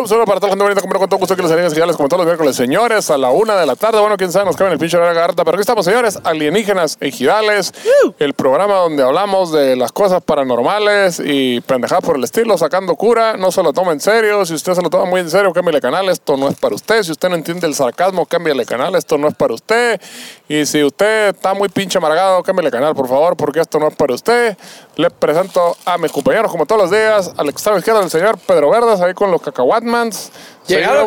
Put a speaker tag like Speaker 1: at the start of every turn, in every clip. Speaker 1: Un saludo para toda la gente bonita, como no, con todo gusto que los alienígenas girales, como todos los miércoles, señores, a la una de la tarde. Bueno, quién sabe, nos cabe en el pinche horario de la garta, pero aquí estamos, señores, alienígenas y girales, el programa donde hablamos de las cosas paranormales y pendejadas por el estilo, sacando cura, no se lo toma en serio, si usted se lo toma muy en serio, cámbiale canal, esto no es para usted, si usted no entiende el sarcasmo, cámbiale canal, esto no es para usted, y si usted está muy pinche amargado, cámbiale canal, por favor, porque esto no es para usted. Le presento a mis compañeros, como todos los días, al extremo izquierdo, el señor Pedro Verdes, ahí con los cacahuatmans.
Speaker 2: Llegaron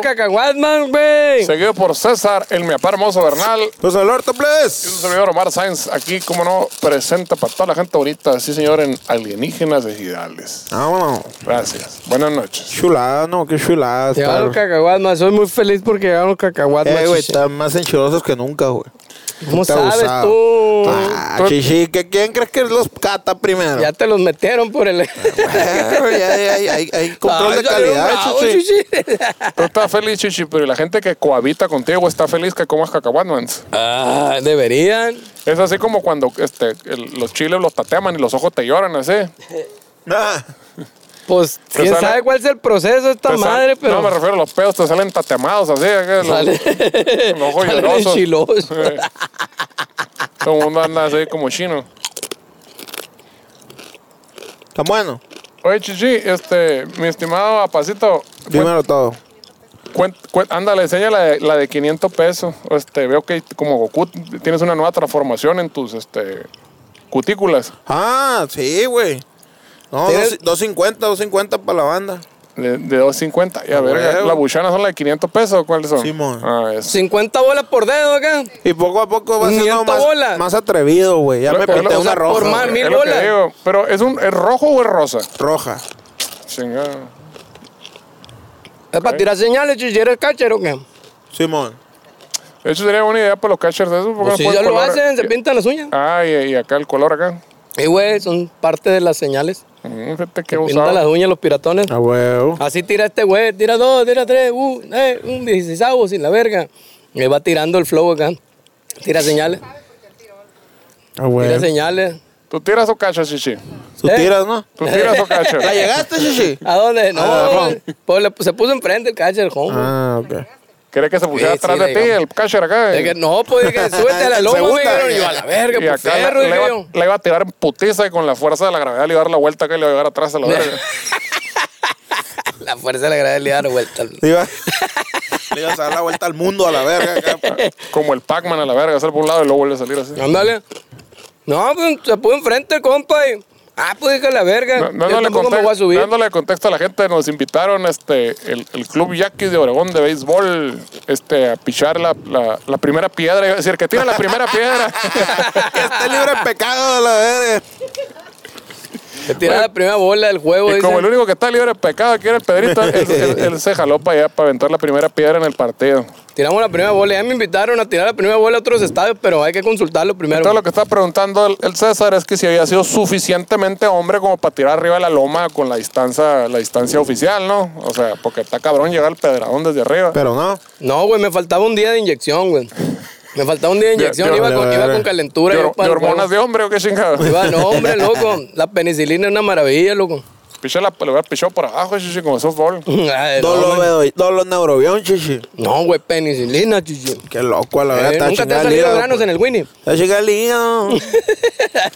Speaker 1: Seguido-
Speaker 2: cacahuatman, güey.
Speaker 1: Seguido por César, el miapá hermoso Bernal.
Speaker 3: Los
Speaker 1: Y
Speaker 3: alerta,
Speaker 1: un
Speaker 3: please.
Speaker 1: servidor Omar Sainz, aquí, como no, presenta para toda la gente bonita, sí señor, en Alienígenas Ejidales.
Speaker 3: Ah, bueno.
Speaker 1: Gracias. Buenas noches.
Speaker 3: Chulada, no, qué chulada.
Speaker 2: Llegaron
Speaker 3: estar.
Speaker 2: cacahuatman. Soy muy feliz porque llegaron cacahuatman.
Speaker 3: Eh, güey,
Speaker 2: chichi.
Speaker 3: están más enchilosos que nunca, güey.
Speaker 2: ¿Cómo
Speaker 3: Está
Speaker 2: sabes
Speaker 3: abusado.
Speaker 2: tú?
Speaker 3: Ah,
Speaker 1: Tú-
Speaker 3: chichi, ¿que ¿quién crees que los cata primero?
Speaker 2: Ya te los metieron por el...
Speaker 3: Eh, güey, hay, hay- hay- hay control
Speaker 2: Ay,
Speaker 3: de
Speaker 2: salieron
Speaker 3: calidad,
Speaker 2: bravos,
Speaker 3: chichi.
Speaker 2: chichi.
Speaker 1: Tú estás feliz, Chichi, pero ¿y la gente que cohabita contigo está feliz que comas cacahuatmans.
Speaker 2: Ah, deberían.
Speaker 1: Es así como cuando este, el- los chiles los tateaman y los ojos te lloran, así.
Speaker 3: Ah,
Speaker 2: Pues,
Speaker 1: Te
Speaker 2: quién
Speaker 1: sale-
Speaker 2: sabe cuál es el proceso de esta
Speaker 1: Te sal-
Speaker 2: madre, pero...
Speaker 1: No, me refiero a los pedos, te salen tatemados, así. acá, los-
Speaker 2: sale...
Speaker 1: los ojos
Speaker 2: salen
Speaker 1: llorosos.
Speaker 2: enchilosos.
Speaker 1: Eh. Todo el mundo anda así como chino.
Speaker 3: Está bueno.
Speaker 1: Oye, Chichi, este, mi estimado Apacito,
Speaker 3: Primero todo.
Speaker 1: Cuen- cuen- ándale, enseña la de, la de 500 pesos. Este, veo que como Goku tienes una nueva transformación en tus este, cutículas.
Speaker 3: Ah, sí, güey. No,
Speaker 2: ¿Tienes-
Speaker 3: dos- 250, 250 para la banda.
Speaker 1: De, de 250. Y a
Speaker 3: Ah,
Speaker 1: ver,
Speaker 3: huevo.
Speaker 1: ¿las buchanas son las de 500 pesos o cuáles son?
Speaker 3: Simón.
Speaker 1: Ah, es-
Speaker 2: 50 bolas por dedo acá.
Speaker 3: Y poco a poco va siendo
Speaker 2: 500
Speaker 3: más,
Speaker 2: bolas.
Speaker 3: más atrevido, güey. Ya
Speaker 1: Pero-
Speaker 3: me
Speaker 1: pero-
Speaker 3: pinté
Speaker 1: o
Speaker 3: una
Speaker 1: sea,
Speaker 2: por
Speaker 3: roja.
Speaker 2: más-
Speaker 3: güey.
Speaker 2: mil
Speaker 1: es lo que
Speaker 2: bolas.
Speaker 1: digo. Pero, ¿es, un, ¿es rojo o es rosa?
Speaker 3: Roja.
Speaker 1: Chingado.
Speaker 2: Es para tirar señales, chichi. ¿Eres cachero o qué?
Speaker 3: Simón.
Speaker 1: Eso sería buena idea para los catchers de esos. porque
Speaker 2: Pues
Speaker 1: no
Speaker 2: sí,
Speaker 1: ponen
Speaker 2: ya lo
Speaker 1: color-
Speaker 2: hacen. Se pintan las uñas.
Speaker 1: Ah, y, y acá el color acá.
Speaker 2: Y, güey, son parte de las señales.
Speaker 1: Mm, Fíjate que
Speaker 2: Pintan las
Speaker 1: usado.
Speaker 2: uñas los piratones.
Speaker 3: A huevo.
Speaker 2: Así tira este güey, tira dos, tira tres, uh, eh, un dieciséisavo sin la verga. Y va tirando el flow acá. Tira señales,
Speaker 3: A
Speaker 2: tira
Speaker 3: huevo.
Speaker 2: señales.
Speaker 1: ¿Tú tiras o cachas, Chichi?
Speaker 3: Tú
Speaker 2: Eh.
Speaker 3: tiras, ¿no?
Speaker 1: ¿Tú tiras o cachas?
Speaker 3: ¿La Ah, llegaste, chichi?
Speaker 2: ¿A dónde? No,
Speaker 3: Ah, no.
Speaker 2: pues le- se puso enfrente el catcher, homie.
Speaker 3: Ah, ok.
Speaker 1: ¿Quieres que se pusiera
Speaker 2: Sí, sí,
Speaker 1: atrás de ti
Speaker 2: digamos.
Speaker 1: el catcher acá?
Speaker 2: De que, no, pues dije, súbete a la loma, güey.
Speaker 3: Segunda.
Speaker 2: Y yo, a la verga,
Speaker 1: Ah. Y
Speaker 2: por
Speaker 1: acá
Speaker 2: ferro,
Speaker 1: le, le
Speaker 2: dije
Speaker 1: iba,
Speaker 2: yo.
Speaker 1: le iba a tirar en putiza y con la fuerza de la gravedad le iba a dar la vuelta acá y le iba a llegar atrás a la verga.
Speaker 2: La fuerza de la gravedad le iba a dar vuelta.
Speaker 3: Le iba, le ibas a dar la vuelta al mundo a la verga. acá, pa.
Speaker 1: Como el Pac-Man a la verga, hacer por un lado y luego vuelve a salir así.
Speaker 2: Ándale. No, pues se puso enfrente el compa y... Ah, pues dije, a la verga.
Speaker 1: No- no-
Speaker 2: yo
Speaker 1: dándole,
Speaker 2: tampoco me
Speaker 1: conte-
Speaker 2: voy a subir.
Speaker 1: dándole contexto a la gente, nos invitaron este, el, el Club Yaquis de Oregón de béisbol este, a pichar la, la- la primera piedra. Iba a decir, que tira la primera piedra.
Speaker 3: que esté libre de pecado a la verga.
Speaker 2: Que tira la primera bola del juego,
Speaker 1: y
Speaker 2: dice.
Speaker 1: como el único que está libre de pecado aquí era el Pedrito, él, él- él se jaló para allá para aventar la primera piedra en el partido.
Speaker 2: Tiramos la primera bola. Ya me invitaron a tirar la primera bola a otros estadios, pero hay que consultarlo primero.
Speaker 1: Todo lo que está preguntando el, el César es que si había sido suficientemente hombre como para tirar arriba de la loma con la distancia, la distancia oficial, ¿no? O sea, porque está cabrón llegar al pedradón desde arriba.
Speaker 3: Pero no.
Speaker 2: No, güey, me faltaba un día de inyección, güey. Me faltaba un día de inyección.
Speaker 3: yo-
Speaker 2: iba,
Speaker 3: vale,
Speaker 2: con,
Speaker 3: vale,
Speaker 2: iba
Speaker 3: vale.
Speaker 2: con calentura.
Speaker 1: ¿De,
Speaker 2: yo
Speaker 1: hor-
Speaker 2: para
Speaker 1: de
Speaker 2: el juego.
Speaker 1: hormonas de hombre o qué chingado?
Speaker 2: Iba, no, hombre, loco. La penicilina es una maravilla, loco.
Speaker 1: Piché la le hubiera pichado por abajo, chichi, como softball.
Speaker 2: Ay, no, güey.
Speaker 3: Dolo, dolo neurobión, chichi.
Speaker 2: No, güey, penicilina, chichi.
Speaker 3: Qué loco a la
Speaker 2: Eh,
Speaker 3: verga.
Speaker 2: nunca te han salido granos en el Winnie.
Speaker 3: Está chica el hígado.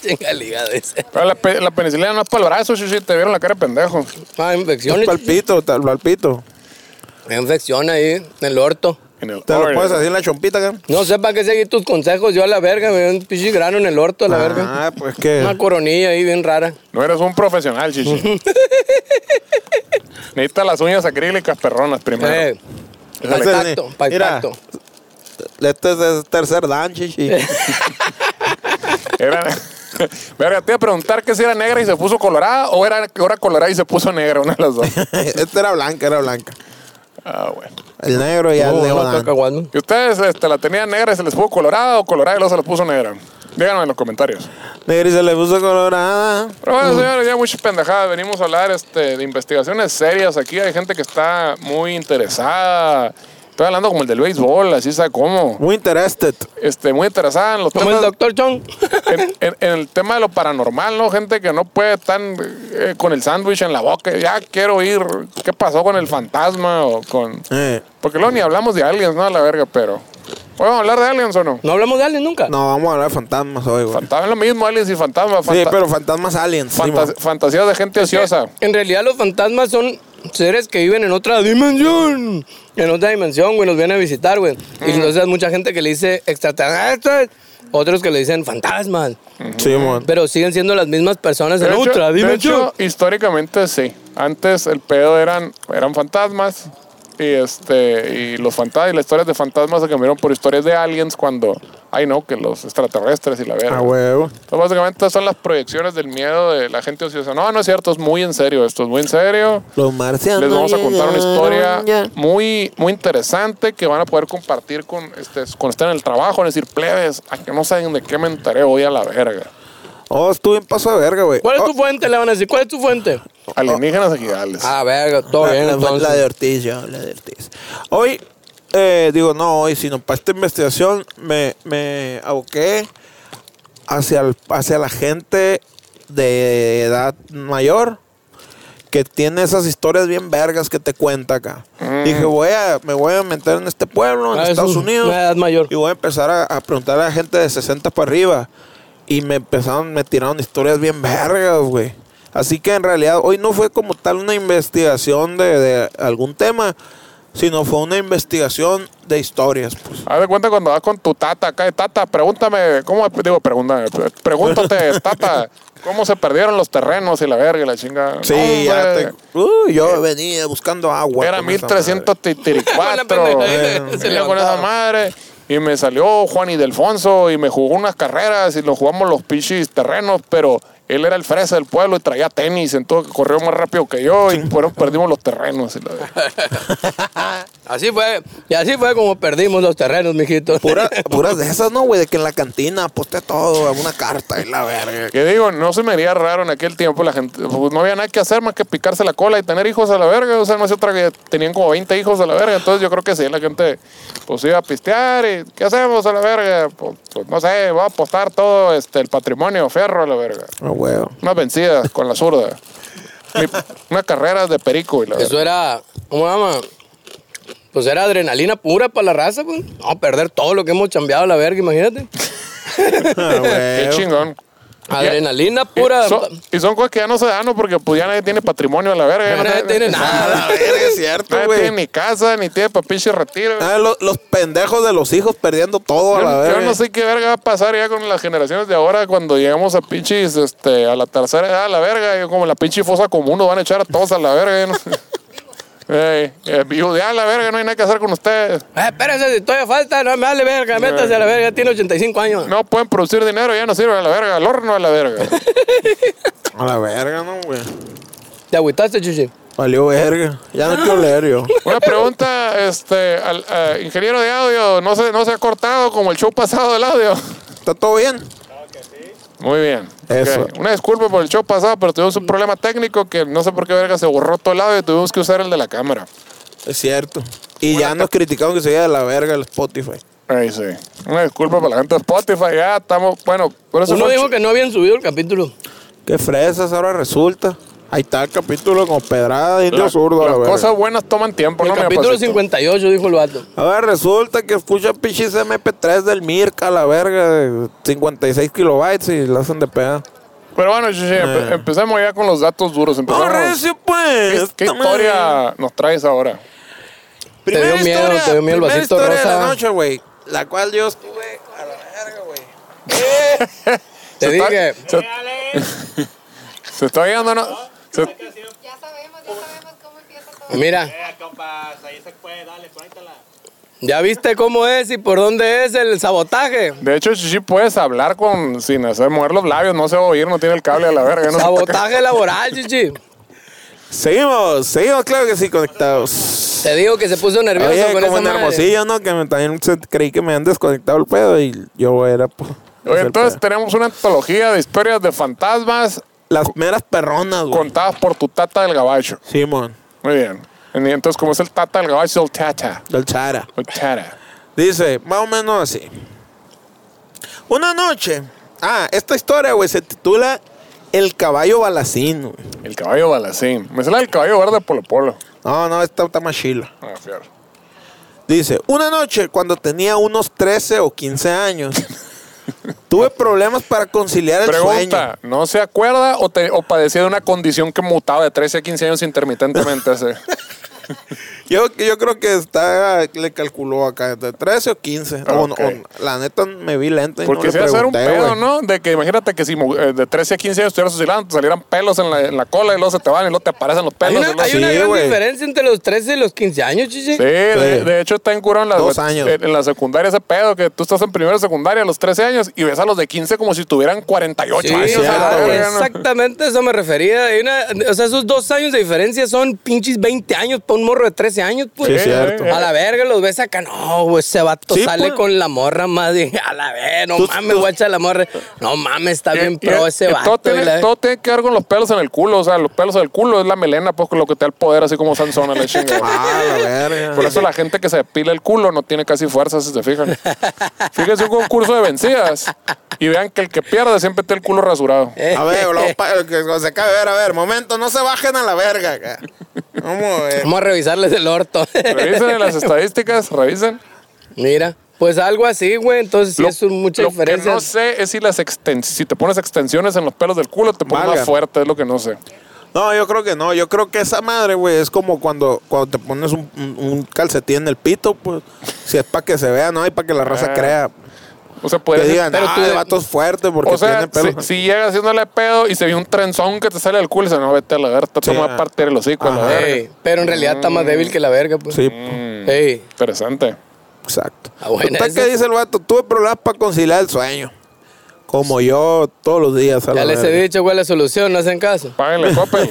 Speaker 2: Chinga el hígado ese.
Speaker 1: Pero la, pe- la penicilina no es para el brazo, chichi, te vieron la cara de pendejo.
Speaker 2: Ah, infecciones.
Speaker 3: Palpito, tal- palpito.
Speaker 2: chichi. Infección ahí, en el orto.
Speaker 1: En el
Speaker 3: Te lo
Speaker 1: Oregon.
Speaker 3: puedes hacer en la chompita, acá.
Speaker 2: No sé para qué seguir tus consejos. Yo a la verga, me dio un pichi grano en el orto, a la verga.
Speaker 3: Ah, pues que.
Speaker 2: Una coronilla ahí bien rara.
Speaker 1: No eres un profesional, chichi. Necesitas las uñas acrílicas perronas primero.
Speaker 2: Eh,
Speaker 3: Esa
Speaker 2: pa'l
Speaker 3: le-
Speaker 2: tacto, pa'l
Speaker 3: Mira.
Speaker 2: tacto.
Speaker 3: Este es el tercer dan, chichi.
Speaker 1: Era. Verga, te iba a preguntar que si era negra y se
Speaker 3: Este
Speaker 1: puso colorada o era, era colorada y se puso negra, una de las dos.
Speaker 3: Esta era blanca, era blanca.
Speaker 1: Ah, bueno.
Speaker 3: El negro ya
Speaker 2: No,
Speaker 3: le
Speaker 2: no
Speaker 3: van.
Speaker 2: toca guando.
Speaker 1: ¿Y ustedes este, la tenían negra y se les puso colorada o colorada y luego se les puso negra? Díganme en los comentarios.
Speaker 3: Negro y se le puso colorada.
Speaker 1: Pero bueno, señores, ya muchas pendejadas. Venimos a hablar este, de investigaciones serias. Aquí hay gente que está muy interesada. Estoy hablando como el del béisbol, así sabe cómo.
Speaker 3: Muy interested.
Speaker 1: Este, muy interesada en los
Speaker 2: Como el
Speaker 1: temas-
Speaker 2: doctor Chong.
Speaker 1: en, en- en el tema de lo paranormal, ¿no? Gente que no puede estar eh, con el sándwich en la boca. Ya quiero ir. ¿Qué pasó con el fantasma? O con...
Speaker 3: Eh,
Speaker 1: Porque luego ni hablamos de aliens, ¿no? A la verga, pero. Oye, ¿Vamos a hablar de aliens o no?
Speaker 2: No hablamos de alguien nunca.
Speaker 3: No, vamos a hablar de fantasmas hoy, güey.
Speaker 1: Fantasma es lo mismo, aliens y fantasmas.
Speaker 3: Sí,
Speaker 1: Fanta-
Speaker 3: pero fantasmas aliens. sí,
Speaker 1: fantas-
Speaker 3: mo.
Speaker 1: fantasías de gente ociosa.
Speaker 2: En realidad los fantasmas son seres que viven en otra dimensión. En otra dimensión, güey, nos vienen a visitar, güey. Y entonces hay mucha gente que le dice extraterrestres, otros que le dicen fantasmas.
Speaker 1: Mm.
Speaker 3: sí, mo.
Speaker 2: Pero siguen siendo las mismas personas
Speaker 1: De
Speaker 2: en
Speaker 1: hecho-
Speaker 2: otra
Speaker 1: de
Speaker 2: dimensión.
Speaker 1: hecho, históricamente sí. Antes el pedo eran, eran fantasmas. Y este y los fantasmas y las historias de fantasmas se cambiaron por historias de aliens cuando ay no que los extraterrestres y la verga.
Speaker 3: A huevo.
Speaker 1: Entonces, básicamente son las proyecciones del miedo de la gente ociosa. No, no es cierto, es muy en serio, esto es muy en serio.
Speaker 3: Los marcianos.
Speaker 1: Les vamos a contar una historia
Speaker 3: llegaron ya.
Speaker 1: muy, muy interesante que van a poder compartir con este, cuando estén en el trabajo, van a decir, plebes, a que no saben de qué me enteré hoy a la verga.
Speaker 3: Oh, estuve en paso de verga, güey.
Speaker 2: ¿Cuál es
Speaker 3: Oh,
Speaker 2: tu fuente? Le van a decir, ¿cuál es tu fuente?
Speaker 1: Alienígenas ejidales.
Speaker 2: Ah, verga, todo
Speaker 3: la,
Speaker 2: bien
Speaker 3: la- la
Speaker 2: entonces.
Speaker 3: de Ortiz, yo, la de Ortiz. Hoy, eh, digo, no hoy, sino para esta investigación me, me aboqué hacia, el- hacia la gente de edad mayor que tiene esas historias bien vergas que te cuenta acá. Dije, voy a, me voy a meter en este pueblo, en
Speaker 2: Mm. Ah, es
Speaker 3: Estados
Speaker 2: un-
Speaker 3: Unidos.
Speaker 2: una edad mayor.
Speaker 3: Y voy a empezar a, a preguntar a la gente de 60 para arriba. Y me empezaron, me tiraron historias bien vergas, güey. Así que en realidad hoy no fue como tal una investigación de, de algún tema, sino fue una investigación de historias. Pues.
Speaker 1: Haz de cuenta cuando vas con tu tata acá, "Eh, tata, pregúntame, ¿cómo? Digo, pregúntame, pre- pregúntate, tata, ¿cómo se perdieron los terrenos y la verga y la chinga?
Speaker 3: Sí,
Speaker 1: No,
Speaker 3: ya
Speaker 1: hombre,
Speaker 3: te- Uh, yo venía buscando agua.
Speaker 1: Era
Speaker 3: con esa
Speaker 1: 1334.
Speaker 2: Con la
Speaker 1: eh,
Speaker 2: pendejadita que se
Speaker 1: venía con
Speaker 2: levantaba.
Speaker 1: esa madre. Y me salió Juan y Delfonso y me jugó unas carreras y nos jugamos los pichis terrenos, pero él era el fresa del pueblo y traía tenis, entonces corrió más rápido que yo y por eso perdimos los terrenos. y la verga.
Speaker 2: Así fue, y así fue como perdimos los terrenos, mijito.
Speaker 3: Pura- puras de esas, ¿no, güey? De que en la cantina aposté todo, una carta y la verga.
Speaker 1: Que digo, no se me haría raro en aquel tiempo la gente, pues, no había nada que hacer más que picarse la cola y tener hijos a la verga, o sea, no es otra que tenían como 20 hijos a la verga, entonces yo creo que sí, la gente pues iba a pistear y ¿qué hacemos a la verga? Pues, pues, no sé, voy a apostar todo este, el patrimonio ferro a la verga.
Speaker 3: Ah, huevo.
Speaker 1: Unas vencidas con la zurda. Mi- una carrera de perico y la verga.
Speaker 2: Eso era, ¿cómo se llama? Pues era adrenalina pura para la raza, pues. No, perder todo lo que hemos chambeado a la verga, imagínate.
Speaker 3: Ah,
Speaker 1: Qué
Speaker 3: huevo.
Speaker 1: chingón.
Speaker 2: Adrenalina
Speaker 1: Y
Speaker 2: pura.
Speaker 1: son, y son cosas que ya no se dan, ¿no? Porque pues ya nadie tiene patrimonio a la verga. ya
Speaker 2: No,
Speaker 1: no
Speaker 2: nadie
Speaker 1: tiene-
Speaker 2: tiene
Speaker 3: Ah,
Speaker 2: nada.
Speaker 3: la verga, es cierto,
Speaker 1: nadie
Speaker 3: güey.
Speaker 1: Ah, tiene ni casa, ni tiene papiche retiro.
Speaker 3: Ah, lo- los pendejos de los hijos perdiendo todo a eh. la
Speaker 1: Yo,
Speaker 3: verga.
Speaker 1: yo no sé qué verga va a pasar ya con las generaciones de ahora cuando llegamos a pinches, este, a la tercera edad, a la verga, yo como la pinche fosa común, nos van a echar a todos a la verga. yo no sé. Ey, eh, vivo de a la verga, no hay nada que hacer con ustedes.
Speaker 2: Eh, espérense, si todavía falta, no me vale verga, métase a la verga, tiene 85 años.
Speaker 1: No pueden producir dinero, ya no sirven a la verga, al horno a la verga.
Speaker 3: A la verga, no, güey.
Speaker 2: ¿Te agüitaste, Chuchi?
Speaker 3: Valió verga. Ya no quiero leer yo.
Speaker 1: Una pregunta, este, al a- ingeniero de audio, no se, no se ha cortado como el show pasado del audio.
Speaker 3: ¿Está todo bien?
Speaker 1: Muy bien.
Speaker 3: Eso.
Speaker 1: Ok. Una disculpa por el show pasado, pero tuvimos un problema técnico que no sé por qué verga se borró todo el audio y tuvimos que usar el de la cámara.
Speaker 3: Es cierto. Y ya nos criticaron que se iba de la verga el Spotify.
Speaker 1: Ahí sí. Una disculpa para la gente de Spotify, ya estamos, bueno, por eso
Speaker 2: Uno
Speaker 1: fue-
Speaker 2: dijo que no habían subido el capítulo.
Speaker 3: Qué fresas, ahora resulta. Ahí está el capítulo con pedrada de indio
Speaker 1: la-
Speaker 3: zurdo a la
Speaker 1: las
Speaker 3: verga.
Speaker 1: cosas buenas toman tiempo,
Speaker 2: El
Speaker 1: ¿no? mi
Speaker 2: capítulo
Speaker 1: papacito?
Speaker 2: 58, dijo el vato.
Speaker 3: Ahora resulta que escucha pinches MP3 del Mirka a la verga de 56 kilobytes y la hacen de peda.
Speaker 1: Pero bueno, sí, sí,
Speaker 3: Eh.
Speaker 1: empe- empecemos ya con los datos duros. Empezamos.
Speaker 3: ¡Correcio, pues!
Speaker 1: ¿Qué, qué historia nos traes ahora?
Speaker 3: Primera
Speaker 2: dio miedo,
Speaker 3: historia,
Speaker 2: te dio miedo el
Speaker 3: primera
Speaker 2: vasito
Speaker 3: historia de
Speaker 2: rosa.
Speaker 3: la noche, güey. La cual yo estuve a la verga, güey.
Speaker 2: Te
Speaker 1: está-
Speaker 2: dije,
Speaker 1: Se, se está viendo, ¿no? Se-
Speaker 4: Ya sabemos, ya sabemos cómo empieza todo.
Speaker 2: mira,
Speaker 5: Eh, compas, ahí se puede, dale, conéctala.
Speaker 2: ya viste cómo es y por dónde es el sabotaje.
Speaker 1: de hecho, sí puedes hablar con sin hacer mover los labios, no se va a oír, no tiene el cable a la verga. No sé por qué.
Speaker 2: Sabotaje laboral, Chuchi.
Speaker 3: Seguimos, seguimos, claro que sí, conectados.
Speaker 2: Te digo que se puso nervioso
Speaker 3: Oye,
Speaker 2: con
Speaker 3: como
Speaker 2: esa
Speaker 3: en
Speaker 2: madre.
Speaker 3: Hermosillo, ¿no? Que me- también se- creí que me habían desconectado el pedo y yo era... pues,
Speaker 1: Oye,
Speaker 3: el
Speaker 1: entonces
Speaker 3: pedo.
Speaker 1: tenemos una antología de historias de fantasmas
Speaker 3: Las meras perronas, güey.
Speaker 1: contadas por tu tata del gabacho.
Speaker 3: Simón,
Speaker 1: Muy bien. Y Entonces, como es el tata del gabacho, el tata.
Speaker 3: del Chara.
Speaker 1: El tata.
Speaker 3: Dice, más o menos así. Una noche. Ah, esta historia, güey, se titula El caballo balacín, güey.
Speaker 1: El caballo balacín. Me sale el caballo verde polo polo.
Speaker 3: No, no, esta está más chila.
Speaker 1: Ah, fierro.
Speaker 3: Dice, una noche cuando tenía unos 13 o 15 años, tuve problemas para conciliar el sueño.
Speaker 1: Pregunta, ¿no se acuerda o, te- o padecía de una condición que mutaba de 13 a 15 años intermitentemente? ese?
Speaker 3: Yo, yo creo que está, le calculó acá, de 13 o 15. O-
Speaker 1: Ok.
Speaker 3: o- la neta me vi lento y
Speaker 1: Porque
Speaker 3: no
Speaker 1: si
Speaker 3: le
Speaker 1: va a ser un
Speaker 3: pregunté,
Speaker 1: pedo,
Speaker 3: güey.
Speaker 1: ¿no? De que imagínate que si mu- eh, de 13 a 15 años estuvieras oscilando, te salieran pelos en la, en la cola y luego se te van y luego te aparecen los
Speaker 2: Hay
Speaker 1: pelos.
Speaker 2: una,
Speaker 1: y luego-
Speaker 2: hay una
Speaker 3: Sí,
Speaker 2: gran
Speaker 3: güey.
Speaker 2: diferencia entre los 13 y los 15 años, chichi.
Speaker 1: Sí, de,
Speaker 3: Sí.
Speaker 1: de hecho está en cura en la,
Speaker 3: Dos años.
Speaker 1: en- en la secundaria ese pedo que tú estás en primera secundaria a los 13 años y ves a los de 15 como si tuvieran 48
Speaker 2: Sí,
Speaker 1: años.
Speaker 3: cierto,
Speaker 1: a la
Speaker 2: ah,
Speaker 1: verga, ¿no?
Speaker 2: exactamente a eso me refería. Hay una- o sea, esos dos años de diferencia son pinches 20 años para un morro de 13 años, pues.
Speaker 3: Sí, es cierto.
Speaker 2: A la verga, los ves acá. No, güey, ese vato
Speaker 3: Sí,
Speaker 2: sale
Speaker 3: pues.
Speaker 2: con la morra más. de- A la verga, no
Speaker 3: Tú-
Speaker 2: mames,
Speaker 3: tú- eh,
Speaker 2: guacha la morra. No mames, está
Speaker 1: Y-
Speaker 2: bien
Speaker 1: y-
Speaker 2: pro ese
Speaker 1: y
Speaker 2: vato.
Speaker 1: Todo
Speaker 2: y
Speaker 1: tiene,
Speaker 2: la-
Speaker 1: todo tiene que ver con los pelos en el culo. O sea, los pelos en el culo es la melena, pues con lo que te da el poder, así como Sansón a la chingada.
Speaker 3: Ah, la verga.
Speaker 1: Por eso la gente que se depila el culo no tiene casi fuerza, si se fijan. Fíjense un concurso de vencidas y vean que el que pierde siempre tiene el culo rasurado.
Speaker 3: A ver, lo- pa- el que se acabe de ver, a ver, momento, no se bajen a la verga acá. Vamos a ver.
Speaker 2: Vamos a revisarles el orto.
Speaker 1: Revisen en las estadísticas, revisen.
Speaker 2: Mira, pues algo así, güey. Entonces, sí,
Speaker 1: Lo-
Speaker 2: es un- mucha
Speaker 1: lo
Speaker 2: diferencia.
Speaker 1: que no sé es si las extens- si te pones extensiones en los pelos del culo, te pones
Speaker 3: Valga.
Speaker 1: más fuerte, es lo que no sé.
Speaker 3: No, yo creo que no. Yo creo que esa madre, güey, es como cuando, cuando te pones un, un- un calcetín en el pito, pues. Si es para que se vea, no, y para que la raza
Speaker 1: Ah,
Speaker 3: crea.
Speaker 1: O sea,
Speaker 3: Que
Speaker 1: puedes
Speaker 3: digan,
Speaker 2: Pues, pero
Speaker 3: ah,
Speaker 2: tú-
Speaker 3: el vato es fuerte porque
Speaker 1: O sea,
Speaker 3: tiene pelo.
Speaker 1: si, si llega haciéndole pedo y se ve un trenzón que te sale del culo y se no, vete a la verga,
Speaker 3: Sí,
Speaker 1: toma
Speaker 3: ah.
Speaker 1: parte del hocico, a la
Speaker 3: Ajá.
Speaker 1: verga.
Speaker 2: Ey, pero en realidad está más débil que la verga, pues.
Speaker 3: Sí,
Speaker 2: Ey,
Speaker 1: Interesante.
Speaker 3: exacto.
Speaker 2: Ah, bueno,
Speaker 3: Total,
Speaker 2: ese-
Speaker 3: ¿Qué dice el vato? Tuve problemas para conciliar el sueño. Como yo todos los días. A
Speaker 2: ya
Speaker 3: la
Speaker 2: les he
Speaker 3: verga.
Speaker 2: dicho, güey, la solución, no hacen caso.
Speaker 1: Páguenle, Coppel.